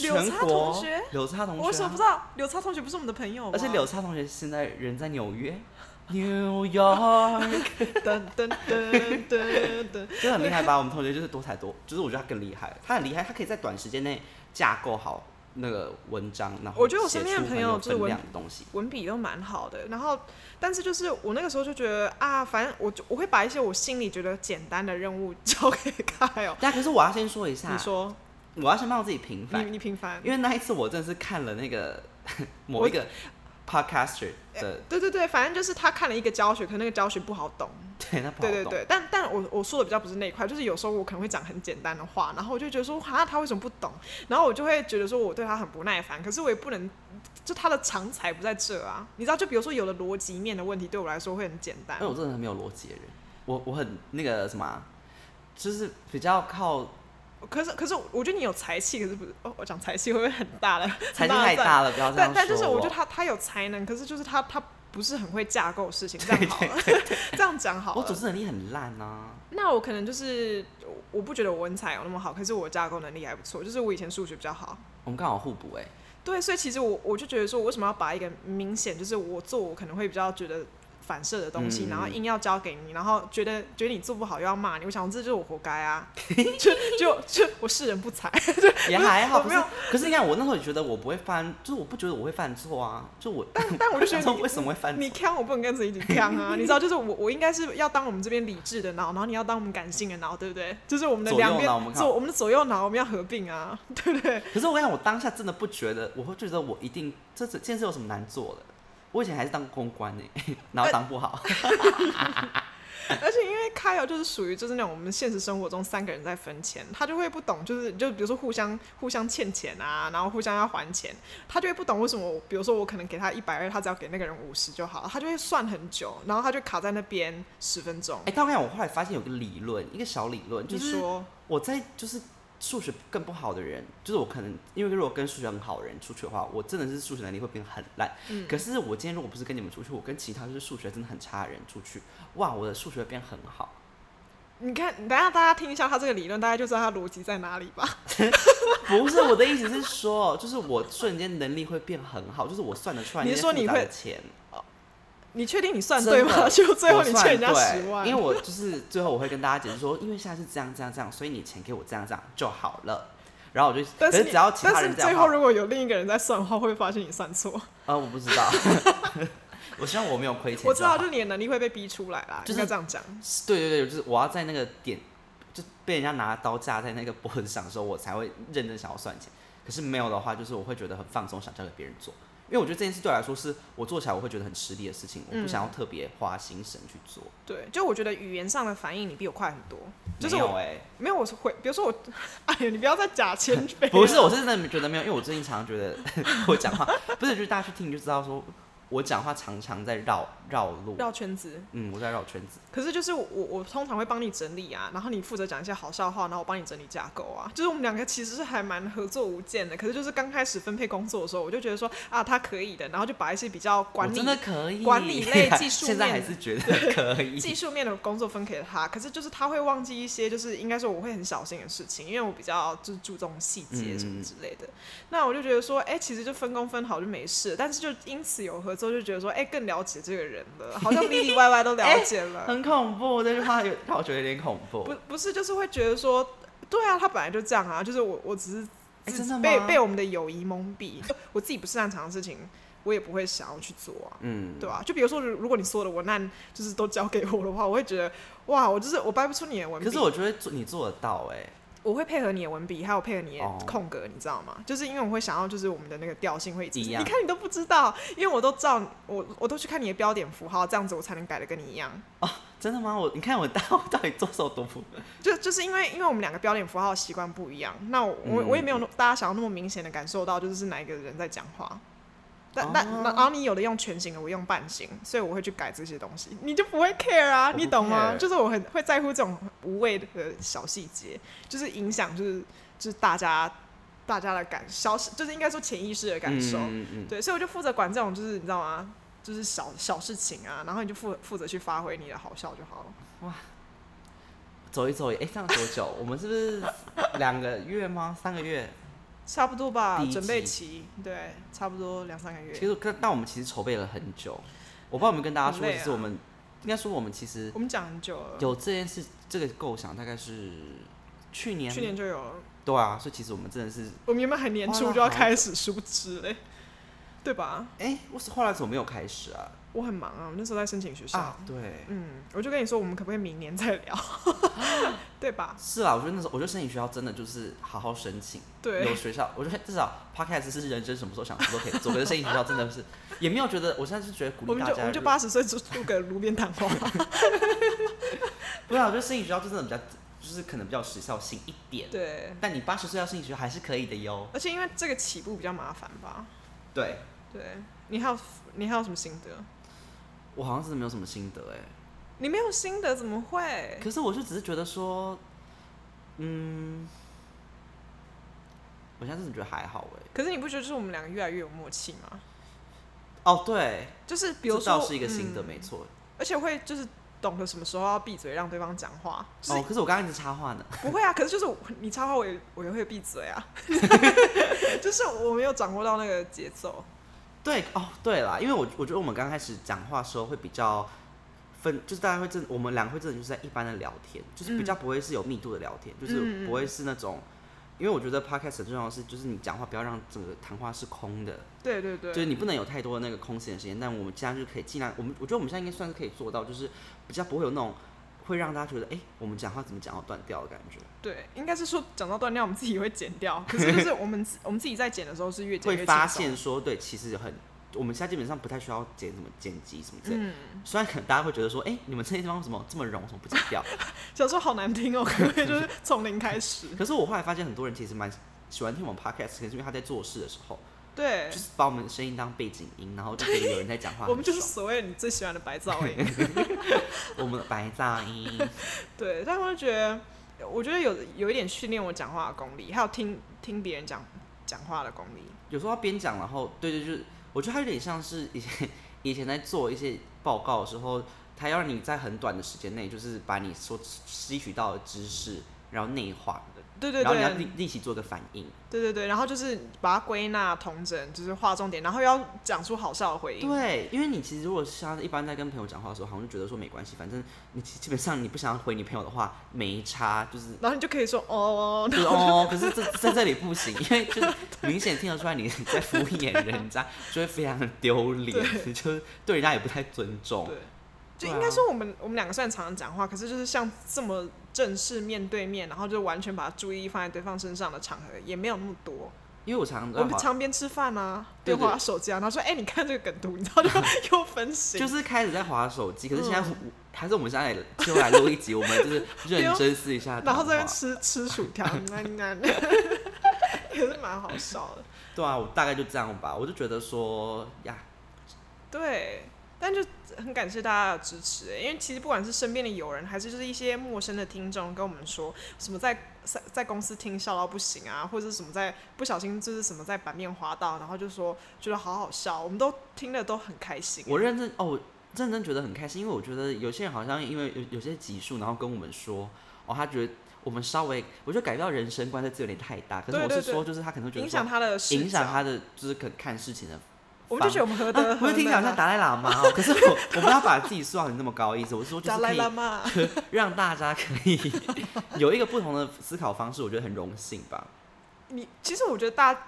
[SPEAKER 1] 柳
[SPEAKER 2] 全
[SPEAKER 1] 擦同
[SPEAKER 2] 国
[SPEAKER 1] 学
[SPEAKER 2] 柳擦同学啊，
[SPEAKER 1] 我为什么不知道柳超同学不是我们的朋友吗？
[SPEAKER 2] 而且柳灿同学现在人在纽约，New York，
[SPEAKER 1] 噔噔噔噔噔，
[SPEAKER 2] 真 的很厉害吧？我们同学就是多才多，就是我觉得他更厉害，他很厉害，他可以在短时间内架构好那个文章，然后
[SPEAKER 1] 我觉得我
[SPEAKER 2] 写
[SPEAKER 1] 身边的
[SPEAKER 2] 出
[SPEAKER 1] 朋
[SPEAKER 2] 很
[SPEAKER 1] 友
[SPEAKER 2] 有
[SPEAKER 1] 就是
[SPEAKER 2] 分
[SPEAKER 1] 文
[SPEAKER 2] 量的东西。
[SPEAKER 1] 文笔都蛮好的。然后，但是就是我那个时候就觉得啊，反正我就我会把一些我心里觉得简单的任务交给凯 哦。
[SPEAKER 2] 但可是我要先说一下
[SPEAKER 1] 你，说
[SPEAKER 2] 我要先帮我自己平
[SPEAKER 1] 你
[SPEAKER 2] 反，
[SPEAKER 1] 你平凡，
[SPEAKER 2] 因为那一次我真的是看了那个 某
[SPEAKER 1] 我
[SPEAKER 2] 一个 podcaster 的，
[SPEAKER 1] 对对对，反正就是他看了一个教学，可那个教学不好懂。
[SPEAKER 2] 对，那不好
[SPEAKER 1] 对对
[SPEAKER 2] 懂。
[SPEAKER 1] 对，但但我我说的比较不是那一块，就是有时候我可能会讲很简单的话，然后我就觉得说，哈，他为什么不懂？然后我就会觉得说我对他很不耐烦，可是我也不能，就他的长才不在这啊，你知道？就比如说有的逻辑面的问题对我来说会很简单
[SPEAKER 2] 因为，我真的很没有逻辑的人，我我很那个什么啊，就是比较靠
[SPEAKER 1] 可是可是我觉得你有才气，可是不是？哦，我讲才气会不会很大 了？
[SPEAKER 2] 财经
[SPEAKER 1] 很
[SPEAKER 2] 太
[SPEAKER 1] 赞
[SPEAKER 2] 大了，不要这
[SPEAKER 1] 但
[SPEAKER 2] 样说。
[SPEAKER 1] 但就是我觉得他他有才能，可是就是他他不是很会架构 事情，这样好了，这样讲好
[SPEAKER 2] 我
[SPEAKER 1] 了。
[SPEAKER 2] 组织能力很烂啊，
[SPEAKER 1] 那我可能就是我我不觉得我文采有那么好，可是我架构能力还不错，就是我以前数学比较好。
[SPEAKER 2] 我们刚好 互补哎、
[SPEAKER 1] 对，所以其实我我就觉得说，我为什么要把一个明显就是我做我可能会比较觉得反射的东西，
[SPEAKER 2] 嗯
[SPEAKER 1] 然后硬要交给你，然后觉得觉得你做不好又要骂你，我想这就是我活该啊， 就就就我世人不才。
[SPEAKER 2] 也还好，
[SPEAKER 1] 我
[SPEAKER 2] 不
[SPEAKER 1] 没
[SPEAKER 2] 是
[SPEAKER 1] 有。
[SPEAKER 2] 可是你看，我那时候也觉得我不会犯，就是我不觉得我会犯错啊，就我。但
[SPEAKER 1] 但我就觉得
[SPEAKER 2] 说
[SPEAKER 1] 你
[SPEAKER 2] 为什么会犯
[SPEAKER 1] 你
[SPEAKER 2] 错？
[SPEAKER 1] 呛我不能跟着一起呛啊，你知道，就是我我应该是要当我们这边理智的脑，然后你要当我们感性的脑，对不对？就是我们的
[SPEAKER 2] 左右
[SPEAKER 1] 两边
[SPEAKER 2] 脑我们看
[SPEAKER 1] 左我们的左右脑我们要合并啊，对不对？
[SPEAKER 2] 可是我跟你讲，我当下真的不觉得，我会觉得我一定这这件事有什么难做的。我以前还是当公关呢、 然后当不
[SPEAKER 1] 呃
[SPEAKER 2] 好，
[SPEAKER 1] 而且因为开友就是属于就是那种我们现实生活中三个人在分钱，他就会不懂，就是就比如说互相互相欠钱啊，然后互相要还钱，他就会不懂为什么我，比如说我可能给他一百二，他只要给那个人五十就好了，他就会算很久，然后他就卡在那边十分钟。
[SPEAKER 2] 哎、但我跟你讲，我后来发现有个理论，一个小理论，就
[SPEAKER 1] 你
[SPEAKER 2] 是
[SPEAKER 1] 说，
[SPEAKER 2] 我在就是数学更不好的人，就是我可能因为如果跟数学很好的人出去的话，我真的是数学能力会变得很烂。
[SPEAKER 1] 嗯
[SPEAKER 2] 可是我今天如果不是跟你们出去，我跟其他就是数学真的很差的人出去，哇，我的数学变很好。
[SPEAKER 1] 你看，等一下大家听一下他这个理论，大家就知道他逻辑在哪里吧。
[SPEAKER 2] 不是我的意思是说，就是我瞬间能力会变很好，就是我算得出来。
[SPEAKER 1] 你是说你会
[SPEAKER 2] 钱？
[SPEAKER 1] 你确定你算
[SPEAKER 2] 真
[SPEAKER 1] 对吗？
[SPEAKER 2] 的
[SPEAKER 1] 就最后
[SPEAKER 2] 我
[SPEAKER 1] 你
[SPEAKER 2] 算
[SPEAKER 1] 欠人家
[SPEAKER 2] 对
[SPEAKER 1] 十 万，
[SPEAKER 2] 因为我就是最后我会跟大家解释说，因为现在是这样这样这样，所以你钱给我这样这样就好了。然后我就，
[SPEAKER 1] 但
[SPEAKER 2] 可
[SPEAKER 1] 是
[SPEAKER 2] 是
[SPEAKER 1] 你
[SPEAKER 2] 只要其他
[SPEAKER 1] 但是
[SPEAKER 2] 人这样
[SPEAKER 1] 最
[SPEAKER 2] 的
[SPEAKER 1] 后
[SPEAKER 2] 话，
[SPEAKER 1] 如果有另一个人在算的话，会发现你算错。
[SPEAKER 2] 呃，我不知道， 我希望我没有亏钱。
[SPEAKER 1] 我知道，就是你的能力会被逼出来啦，
[SPEAKER 2] 就是
[SPEAKER 1] 应该这样讲。
[SPEAKER 2] 对对对，就是我要在那个点，就被人家拿刀架在那个脖子上的时候，我才会认真想要算钱。可是没有的话，就是我会觉得很放松，想交给别人做，因为我觉得这件事对我来说是我做起来我会觉得很吃力的事情，我
[SPEAKER 1] 嗯
[SPEAKER 2] 不想要特别花心神去做。
[SPEAKER 1] 对，就我觉得语言上的反应你比我快很多。就是
[SPEAKER 2] 没有
[SPEAKER 1] 我
[SPEAKER 2] 哎、
[SPEAKER 1] 没有，我是会，比如说我，哎呀，你不要再假 谦卑了。
[SPEAKER 2] 不是，我是真的觉得没有，因为我最近常常觉得 我讲话不是，就是大家去听就知道说我讲话常常在绕绕路，
[SPEAKER 1] 绕圈子。
[SPEAKER 2] 嗯，我在绕圈子。
[SPEAKER 1] 可是就是我我我通常会帮你整理啊，然后你负责讲一些好笑话，然后我帮你整理架构啊。就是我们两个其实是还蛮合作无间的，可是就是刚开始分配工作的时候，我就觉得说啊他可以的，然后就把一些比较管
[SPEAKER 2] 我
[SPEAKER 1] 理
[SPEAKER 2] 真的可以
[SPEAKER 1] 管理类技术
[SPEAKER 2] 现在
[SPEAKER 1] 面
[SPEAKER 2] 还
[SPEAKER 1] 的
[SPEAKER 2] 是觉得可 以。
[SPEAKER 1] 技术面的工作分给他，可是就是他会忘记一些，就是应该说我会很小心的事情，因为我比较就是注重细节什么之类
[SPEAKER 2] 嗯
[SPEAKER 1] 的。那我就觉得说，哎、其实就分工分好就没事，但是就因此有合作，就觉得说，哎、更了解这个人了，好像里里外外都了解 了。
[SPEAKER 2] 很恐怖，这句话有让我觉得有点恐怖。
[SPEAKER 1] 不不是，就是会觉得说，对啊，他本来就这样啊，就是我我只是
[SPEAKER 2] 哎
[SPEAKER 1] 自
[SPEAKER 2] 真
[SPEAKER 1] 己
[SPEAKER 2] 的
[SPEAKER 1] 被、
[SPEAKER 2] 吗
[SPEAKER 1] 被我们的友谊蒙蔽， 我自己不擅长的事情，我也不会想要去做啊。
[SPEAKER 2] 嗯，
[SPEAKER 1] 对吧、就比如说，如如果你所有的文案就是都交给我的话，我会觉得哇，我就是我掰不出你的文笔。
[SPEAKER 2] 可是我觉得做你做得到哎、
[SPEAKER 1] 我会配合你的文笔，还有配合你的
[SPEAKER 2] 哦
[SPEAKER 1] 空格，你知道吗？就是因为我会想要，就是我们的那个调性会直
[SPEAKER 2] 一样
[SPEAKER 1] 你看你都不知道，因为我都照我我都去看你的标点符号，这样子我才能改的跟你一样。
[SPEAKER 2] 真的吗？我你看我到我到底做手多不？
[SPEAKER 1] 就就是因为因为我们两个标点符号的习惯不一样，那我我
[SPEAKER 2] 嗯
[SPEAKER 1] 我也没有那大家想要那么明显的感受到，就是哪一个人在讲话。但但
[SPEAKER 2] 哦
[SPEAKER 1] 然后你有的用全形的，我用半形，所以我会去改这些东西，你就不会 care 啊，
[SPEAKER 2] 我不
[SPEAKER 1] 你懂吗？
[SPEAKER 2] care
[SPEAKER 1] 就是我很会在乎这种无谓的小细节，就是影响就是就是大家大家的感消失，就是应该说潜意识的感受。
[SPEAKER 2] 嗯嗯
[SPEAKER 1] 对，所以我就负责管这种就是你知道吗？就是小小事情啊，然后你就负负责去发挥你的好笑就好了。
[SPEAKER 2] 走一走，哎、这样多久？我们是不是两个月吗？三个月？
[SPEAKER 1] 差不多吧
[SPEAKER 2] 第，一
[SPEAKER 1] 准备
[SPEAKER 2] 集
[SPEAKER 1] 期对，差不多两三个
[SPEAKER 2] 其
[SPEAKER 1] 月。
[SPEAKER 2] 实但但我们其实筹备了很久，我不知道有没有跟大家说，
[SPEAKER 1] 很累
[SPEAKER 2] 其
[SPEAKER 1] 啊
[SPEAKER 2] 实我们应该说我们其实
[SPEAKER 1] 我们讲很久了，
[SPEAKER 2] 有这件事这个构想，大概是去年
[SPEAKER 1] 去年就有了，
[SPEAKER 2] 对啊，所以其实我们真的是，
[SPEAKER 1] 我们原本很年初就要开始疏枝嘞，哎对吧？
[SPEAKER 2] 哎、我是后来怎么没有开始啊？
[SPEAKER 1] 我很忙啊，我那时候在申请学校。
[SPEAKER 2] 啊，对，
[SPEAKER 1] 嗯，我就跟你说，我们可不可以明年再 聊，对吧？
[SPEAKER 2] 是啊，我觉得那时候，我觉得申请学校真的就是好好申请。有
[SPEAKER 1] 对，
[SPEAKER 2] 学校，我觉得至少 podcast 是人生什么时候想做都可以做，可是申请学校真的是也没有觉得，我现在是觉得鼓
[SPEAKER 1] 我
[SPEAKER 2] 励
[SPEAKER 1] 们
[SPEAKER 2] 大
[SPEAKER 1] 就
[SPEAKER 2] 家，
[SPEAKER 1] 我们就
[SPEAKER 2] 如
[SPEAKER 1] 八十岁就录个炉边谈话，
[SPEAKER 2] 不是啊，我觉得申请学校就真的比较，就是可能比较有时效性一点，
[SPEAKER 1] 对。
[SPEAKER 2] 但你八十岁要申请学校还是可以的哟。
[SPEAKER 1] 而且因为这个起步比较麻烦吧，
[SPEAKER 2] 对
[SPEAKER 1] 对你还有你还有什么心得？
[SPEAKER 2] 我好像是没有什么心得哎、
[SPEAKER 1] 你没有心得怎么会？
[SPEAKER 2] 可是我就只是觉得说，嗯，我现在真的觉得还好哎、
[SPEAKER 1] 可是你不觉得就是我们两个越来越有默契吗？
[SPEAKER 2] 哦，对，
[SPEAKER 1] 就是比如
[SPEAKER 2] 这
[SPEAKER 1] 说
[SPEAKER 2] 倒是一个心得，
[SPEAKER 1] 嗯
[SPEAKER 2] 没错。
[SPEAKER 1] 而且会就是懂得什么时候要闭嘴让对方讲话，就是
[SPEAKER 2] 哦，可是我刚刚一直插话呢。
[SPEAKER 1] 不会啊，可是就是我你插话，我也我也会闭嘴 啊，就是我没有掌握到那个节奏。
[SPEAKER 2] 对哦，对啦，因为我我觉得我们刚开始讲话的时候会比较分，就是大家会真，我们两个会真的就是在一般的聊天，就是比较不会是有密度的聊天，就是不会是那种，因为我觉得 podcast 很重要的是，就是你讲话不要让整个谈话是空的，
[SPEAKER 1] 对对
[SPEAKER 2] 就
[SPEAKER 1] 对，
[SPEAKER 2] 是你不能有太多的那个空闲的时间。但我们这样就可以尽量，我们我觉得我们现在应该算是可以做到，就是比较不会有那种会让大家觉得，哎、我们讲话怎么讲到断掉的感觉，
[SPEAKER 1] 对，应该是说讲到断掉，我们自己会剪掉，可是就是我们自我们自己在剪的时候是越剪越
[SPEAKER 2] 会
[SPEAKER 1] 轻
[SPEAKER 2] 发
[SPEAKER 1] 松。
[SPEAKER 2] 现说，对，其实很，我们现在基本上不太需要剪什么剪辑什么之类的。
[SPEAKER 1] 嗯，
[SPEAKER 2] 虽然可能大家会觉得说，哎、你们这些地方为什么这么融，为什么不剪掉？
[SPEAKER 1] 小时候好难听哦，可不可以就是从零开 始？
[SPEAKER 2] 可是我后来发现，很多人其实蛮喜欢听我们 podcast，可是因为他在做事的时候，
[SPEAKER 1] 对
[SPEAKER 2] 就，是把我们的声音当背景音，然后就觉得有人在讲 话很爽。
[SPEAKER 1] 我们就是所谓你最喜欢的白噪 音。
[SPEAKER 2] 我们的白噪音，
[SPEAKER 1] 对，但我就觉得，我觉得有有一点训练我讲话的功力，还有听听别人讲讲话的功力。
[SPEAKER 2] 有时候要边讲，然后对对，就是我觉得它有点像是以前以前在做一些报告的时候，它要让你在很短的时间内，就是把你所吸取到的知识，然后内化，
[SPEAKER 1] 对对
[SPEAKER 2] 然后你要
[SPEAKER 1] 对
[SPEAKER 2] 立，立即做个反应。
[SPEAKER 1] 对对对，然后就是把它归纳同整，就是划重点，然后要讲出好笑的回应。
[SPEAKER 2] 对，因为你其实如果像一般在跟朋友讲话的时候，好像就觉得说没关系，反正你基基本上你不想要回你朋友的话，没差， 就是
[SPEAKER 1] 然后你就可以说哦，
[SPEAKER 2] 就是哦。可是这在这里不行， 因为就是明显听得出来你在敷衍人家，就会非常的丢脸， 就是对人家也不太尊重。
[SPEAKER 1] 对，就
[SPEAKER 2] 对
[SPEAKER 1] 应该
[SPEAKER 2] 啊
[SPEAKER 1] 说我们、我们两个虽然常常讲话，可是就是像这么正式面对面，然后就完全把注意力放在对方身上的场合也没有那么多。
[SPEAKER 2] 因为我常常
[SPEAKER 1] 我
[SPEAKER 2] 在
[SPEAKER 1] 们
[SPEAKER 2] 滑，
[SPEAKER 1] 常边吃饭啊，
[SPEAKER 2] 对
[SPEAKER 1] 对
[SPEAKER 2] 对
[SPEAKER 1] 话手机啊，然后说哎、你看这个梗图，你知道就 又分心，
[SPEAKER 2] 就是开始在划手机，
[SPEAKER 1] 嗯
[SPEAKER 2] 可是现在我、还是我们现在来就来录一集，我们就是认真试一下谈话。
[SPEAKER 1] 然后在那边吃吃薯 条，嗯那那那 也是蛮好笑的。
[SPEAKER 2] 对啊，我大概就这样吧，我就觉得说呀，
[SPEAKER 1] 对，但就很感谢大家的支持欸、因为其实不管是身边的友人，还是就是一些陌生的听众跟我们说什么在在在公司听笑到不行啊，或者是什么在不小心就是什么在版面滑到，然后就说觉得好好笑，我们都听了都很开心欸、
[SPEAKER 2] 我认真哦，我认真觉得很开心，因为我觉得有些人好像因为有有些集数，然后跟我们说，哦，他觉得我们稍微，我觉得改掉人生观这字有点太大，可是
[SPEAKER 1] 对
[SPEAKER 2] 我
[SPEAKER 1] 对
[SPEAKER 2] 是
[SPEAKER 1] 对
[SPEAKER 2] 说，就是他可能会觉得
[SPEAKER 1] 影
[SPEAKER 2] 说
[SPEAKER 1] 响他的视
[SPEAKER 2] 影响
[SPEAKER 1] 角，
[SPEAKER 2] 他的就是可看事情的。
[SPEAKER 1] 我们就觉得我们何德
[SPEAKER 2] 啊我
[SPEAKER 1] 何
[SPEAKER 2] 会听起来好
[SPEAKER 1] 能
[SPEAKER 2] 像
[SPEAKER 1] 啊、
[SPEAKER 2] 达赖喇嘛哦，可是我我不要把自己塑造成那么高的意思，我是说就
[SPEAKER 1] 达
[SPEAKER 2] 是
[SPEAKER 1] 赖
[SPEAKER 2] 可以
[SPEAKER 1] 喇嘛，
[SPEAKER 2] 让大家可以 有一个不同的思考方式，我觉得很荣幸吧。
[SPEAKER 1] 你其实我觉得大家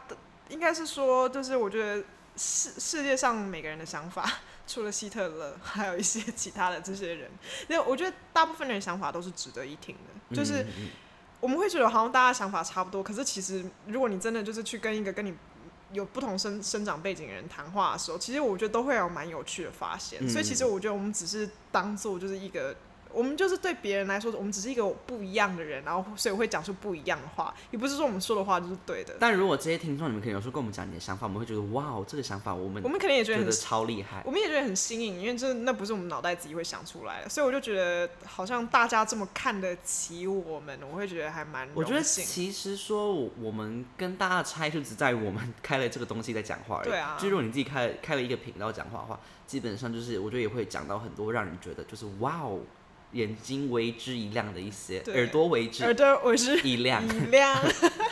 [SPEAKER 1] 应该是说，就是我觉得世世界上每个人的想法， 除了希特勒，还有一些其他的这些人，那我觉得大部分人的想法都是值得一听的。就是
[SPEAKER 2] 嗯嗯
[SPEAKER 1] 我们会觉得好像大家想法差不多，可是其实如果你真的就是去跟一个跟你有不同生生长背景的人谈话的时候，其实我觉得都会有蛮有趣的发现。
[SPEAKER 2] 嗯
[SPEAKER 1] 所以其实我觉得我们只是当做就是一个。我们就是对别人来说，我们只是一个不一样的人，然后所以会讲出不一样的话，也不是说我们说的话就是对的。
[SPEAKER 2] 但如果这些听众你们可能有时候跟我们讲你的想法，我们会觉得哇，哦，这个想法我们
[SPEAKER 1] 我们可能也觉得
[SPEAKER 2] 觉
[SPEAKER 1] 很
[SPEAKER 2] 得，超厉害。
[SPEAKER 1] 我们也觉得很新颖，因为这那不是我们脑袋自己会想出来的，所以我就觉得好像大家这么看得起我们，我会觉得还蛮
[SPEAKER 2] 我觉得
[SPEAKER 1] 荣幸。
[SPEAKER 2] 其实说我我们跟大家的差异就只在于我们开了这个东西在讲话而已。
[SPEAKER 1] 对啊
[SPEAKER 2] 就如果你自己开了开了一个频道讲话的话，基本上就是我觉得也会讲到很多让人觉得就是哇哦，眼睛为之一亮的一些，
[SPEAKER 1] 呃对
[SPEAKER 2] 耳朵为之
[SPEAKER 1] 耳朵我是
[SPEAKER 2] 一 亮
[SPEAKER 1] 一亮，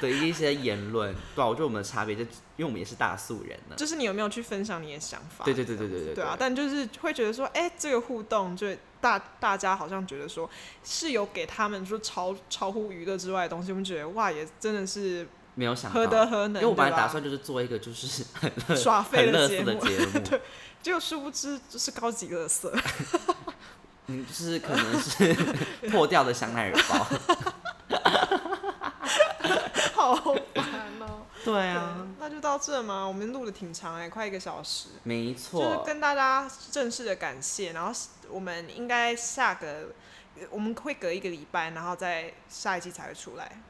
[SPEAKER 2] 的一些言论。对、啊，我觉得我们的差别就，因为我们也是大素人呢。
[SPEAKER 1] 就是你有没有去分享你的想法？
[SPEAKER 2] 对对对对对对
[SPEAKER 1] 对啊，但就是会觉得说，哎、这个互动就大大家好像觉得说是有给他们说超超乎娱乐之外的东西，我们觉得哇，也真的是
[SPEAKER 2] 没有想到，
[SPEAKER 1] 何德何能，
[SPEAKER 2] 啊因为我本
[SPEAKER 1] 对
[SPEAKER 2] 来
[SPEAKER 1] 吧
[SPEAKER 2] 打算就是做一个就是很乐
[SPEAKER 1] 耍废
[SPEAKER 2] 很
[SPEAKER 1] 的
[SPEAKER 2] 乐色
[SPEAKER 1] 节
[SPEAKER 2] 的
[SPEAKER 1] 目，
[SPEAKER 2] 节 目，
[SPEAKER 1] 结果殊不知就是高级乐色，
[SPEAKER 2] 嗯，就是可能是 破掉的香奈儿包。
[SPEAKER 1] 好烦哦、
[SPEAKER 2] 对
[SPEAKER 1] 对
[SPEAKER 2] 啊，
[SPEAKER 1] 那就到这嘛，我们录的挺长哎、快一个小时。
[SPEAKER 2] 没
[SPEAKER 1] 就是
[SPEAKER 2] 错，
[SPEAKER 1] 跟大家正式的感谢，然后我们应该下个我们会隔一个礼拜，然后再下一期才会出来。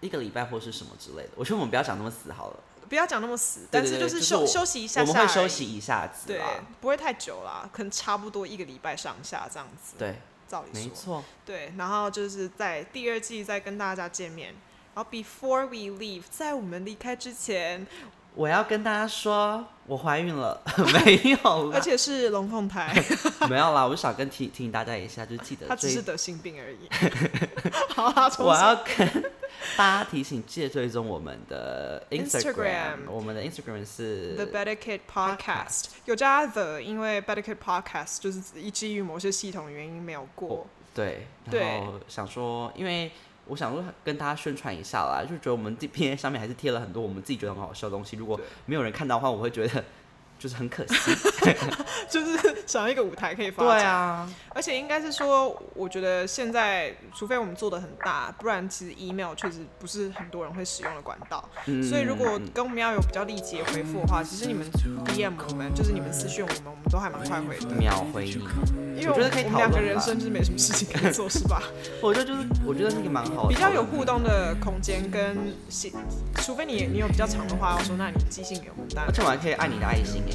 [SPEAKER 2] 一个礼拜或是什么之类的。我觉得我们不要讲那么死好了，
[SPEAKER 1] 不要讲那么死，
[SPEAKER 2] 对
[SPEAKER 1] 但是
[SPEAKER 2] 对对
[SPEAKER 1] 是
[SPEAKER 2] 就是
[SPEAKER 1] 休
[SPEAKER 2] 我
[SPEAKER 1] 休息一
[SPEAKER 2] 我
[SPEAKER 1] 下下，
[SPEAKER 2] 们会休息，一下子
[SPEAKER 1] 对
[SPEAKER 2] 啦。，
[SPEAKER 1] 不会太久啦，可能差不多一个礼拜上下这样子。，
[SPEAKER 2] 对，
[SPEAKER 1] 照理
[SPEAKER 2] 没
[SPEAKER 1] 说，
[SPEAKER 2] 错，
[SPEAKER 1] 对，然后就是在第二季再跟大家见面。然后 before we leave，在我们离开之前，
[SPEAKER 2] 我要跟大家说，我怀孕 了，没有
[SPEAKER 1] 而
[SPEAKER 2] 啦，
[SPEAKER 1] 且是龙凤胎，
[SPEAKER 2] 没有啦，我就想跟提提醒大家一下，就记 得
[SPEAKER 1] 他只
[SPEAKER 2] 追
[SPEAKER 1] 是得性病而 已。好啦，重
[SPEAKER 2] 我
[SPEAKER 1] 新
[SPEAKER 2] 要跟 大家提醒，记得追踪我们的
[SPEAKER 1] Instagram
[SPEAKER 2] 我们的 Instagram
[SPEAKER 1] The
[SPEAKER 2] 是
[SPEAKER 1] Better Kid Podcast 有加 The，因为 Better Kid Podcast 就是一基于某些系统原因没有
[SPEAKER 2] 哦
[SPEAKER 1] 过。
[SPEAKER 2] 对，
[SPEAKER 1] 对
[SPEAKER 2] 然后想说，因为我想说跟大家宣传一下啦，就觉得我们这篇上面还是贴了很多我们自己觉得很好笑的东西，如果没有人看到的话，我会觉得就是很可惜。
[SPEAKER 1] 就是想要一个舞台可以发展。
[SPEAKER 2] 对啊，
[SPEAKER 1] 而且应该是说，我觉得现在除非我们做的很大，不然其实 email 确实不是很多人会使用的管道。
[SPEAKER 2] 嗯
[SPEAKER 1] 所以如果跟我们要有比较立即的回复的话，其实你们 DM 我们，就是你们私讯我们，我们都还蛮快回的。
[SPEAKER 2] 秒回你，
[SPEAKER 1] 因为
[SPEAKER 2] 嗯我
[SPEAKER 1] 我
[SPEAKER 2] 觉得
[SPEAKER 1] 们
[SPEAKER 2] 可以
[SPEAKER 1] 我们
[SPEAKER 2] 讨
[SPEAKER 1] 两个
[SPEAKER 2] 论
[SPEAKER 1] 人
[SPEAKER 2] 啦
[SPEAKER 1] 生就是没什么事情可以做，是吧？
[SPEAKER 2] 我觉得就是我觉得那个嗯蛮好的，
[SPEAKER 1] 比较有互动的空间跟信，除非你你有比较长的话要说，那你寄信给我们，当
[SPEAKER 2] 而
[SPEAKER 1] 然
[SPEAKER 2] 且我还可以按你的爱心哎。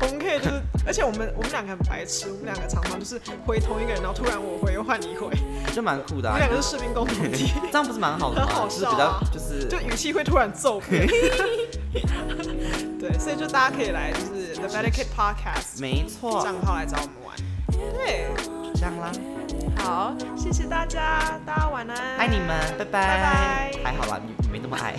[SPEAKER 1] 我们可以就是，而且我们我们两个很白痴，我们两个常常就是回同一个人，然后突然我回又换你回，
[SPEAKER 2] 就蛮酷的、
[SPEAKER 1] 我
[SPEAKER 2] 啊
[SPEAKER 1] 们， 两个是士兵共同体，
[SPEAKER 2] 这样不是蛮好的吗？
[SPEAKER 1] 很好
[SPEAKER 2] 就是
[SPEAKER 1] 笑
[SPEAKER 2] 比较
[SPEAKER 1] 啊
[SPEAKER 2] 就是
[SPEAKER 1] 就语气会突然揍 别人对，所以就大家可以来就是 The Better Kid Podcast
[SPEAKER 2] 没错，
[SPEAKER 1] 账号来找我们玩。对，
[SPEAKER 2] 这样啦，
[SPEAKER 1] 好，谢谢大家，大家晚安，
[SPEAKER 2] 爱你们，拜拜。
[SPEAKER 1] 拜拜
[SPEAKER 2] 还好啦，你你没那么爱。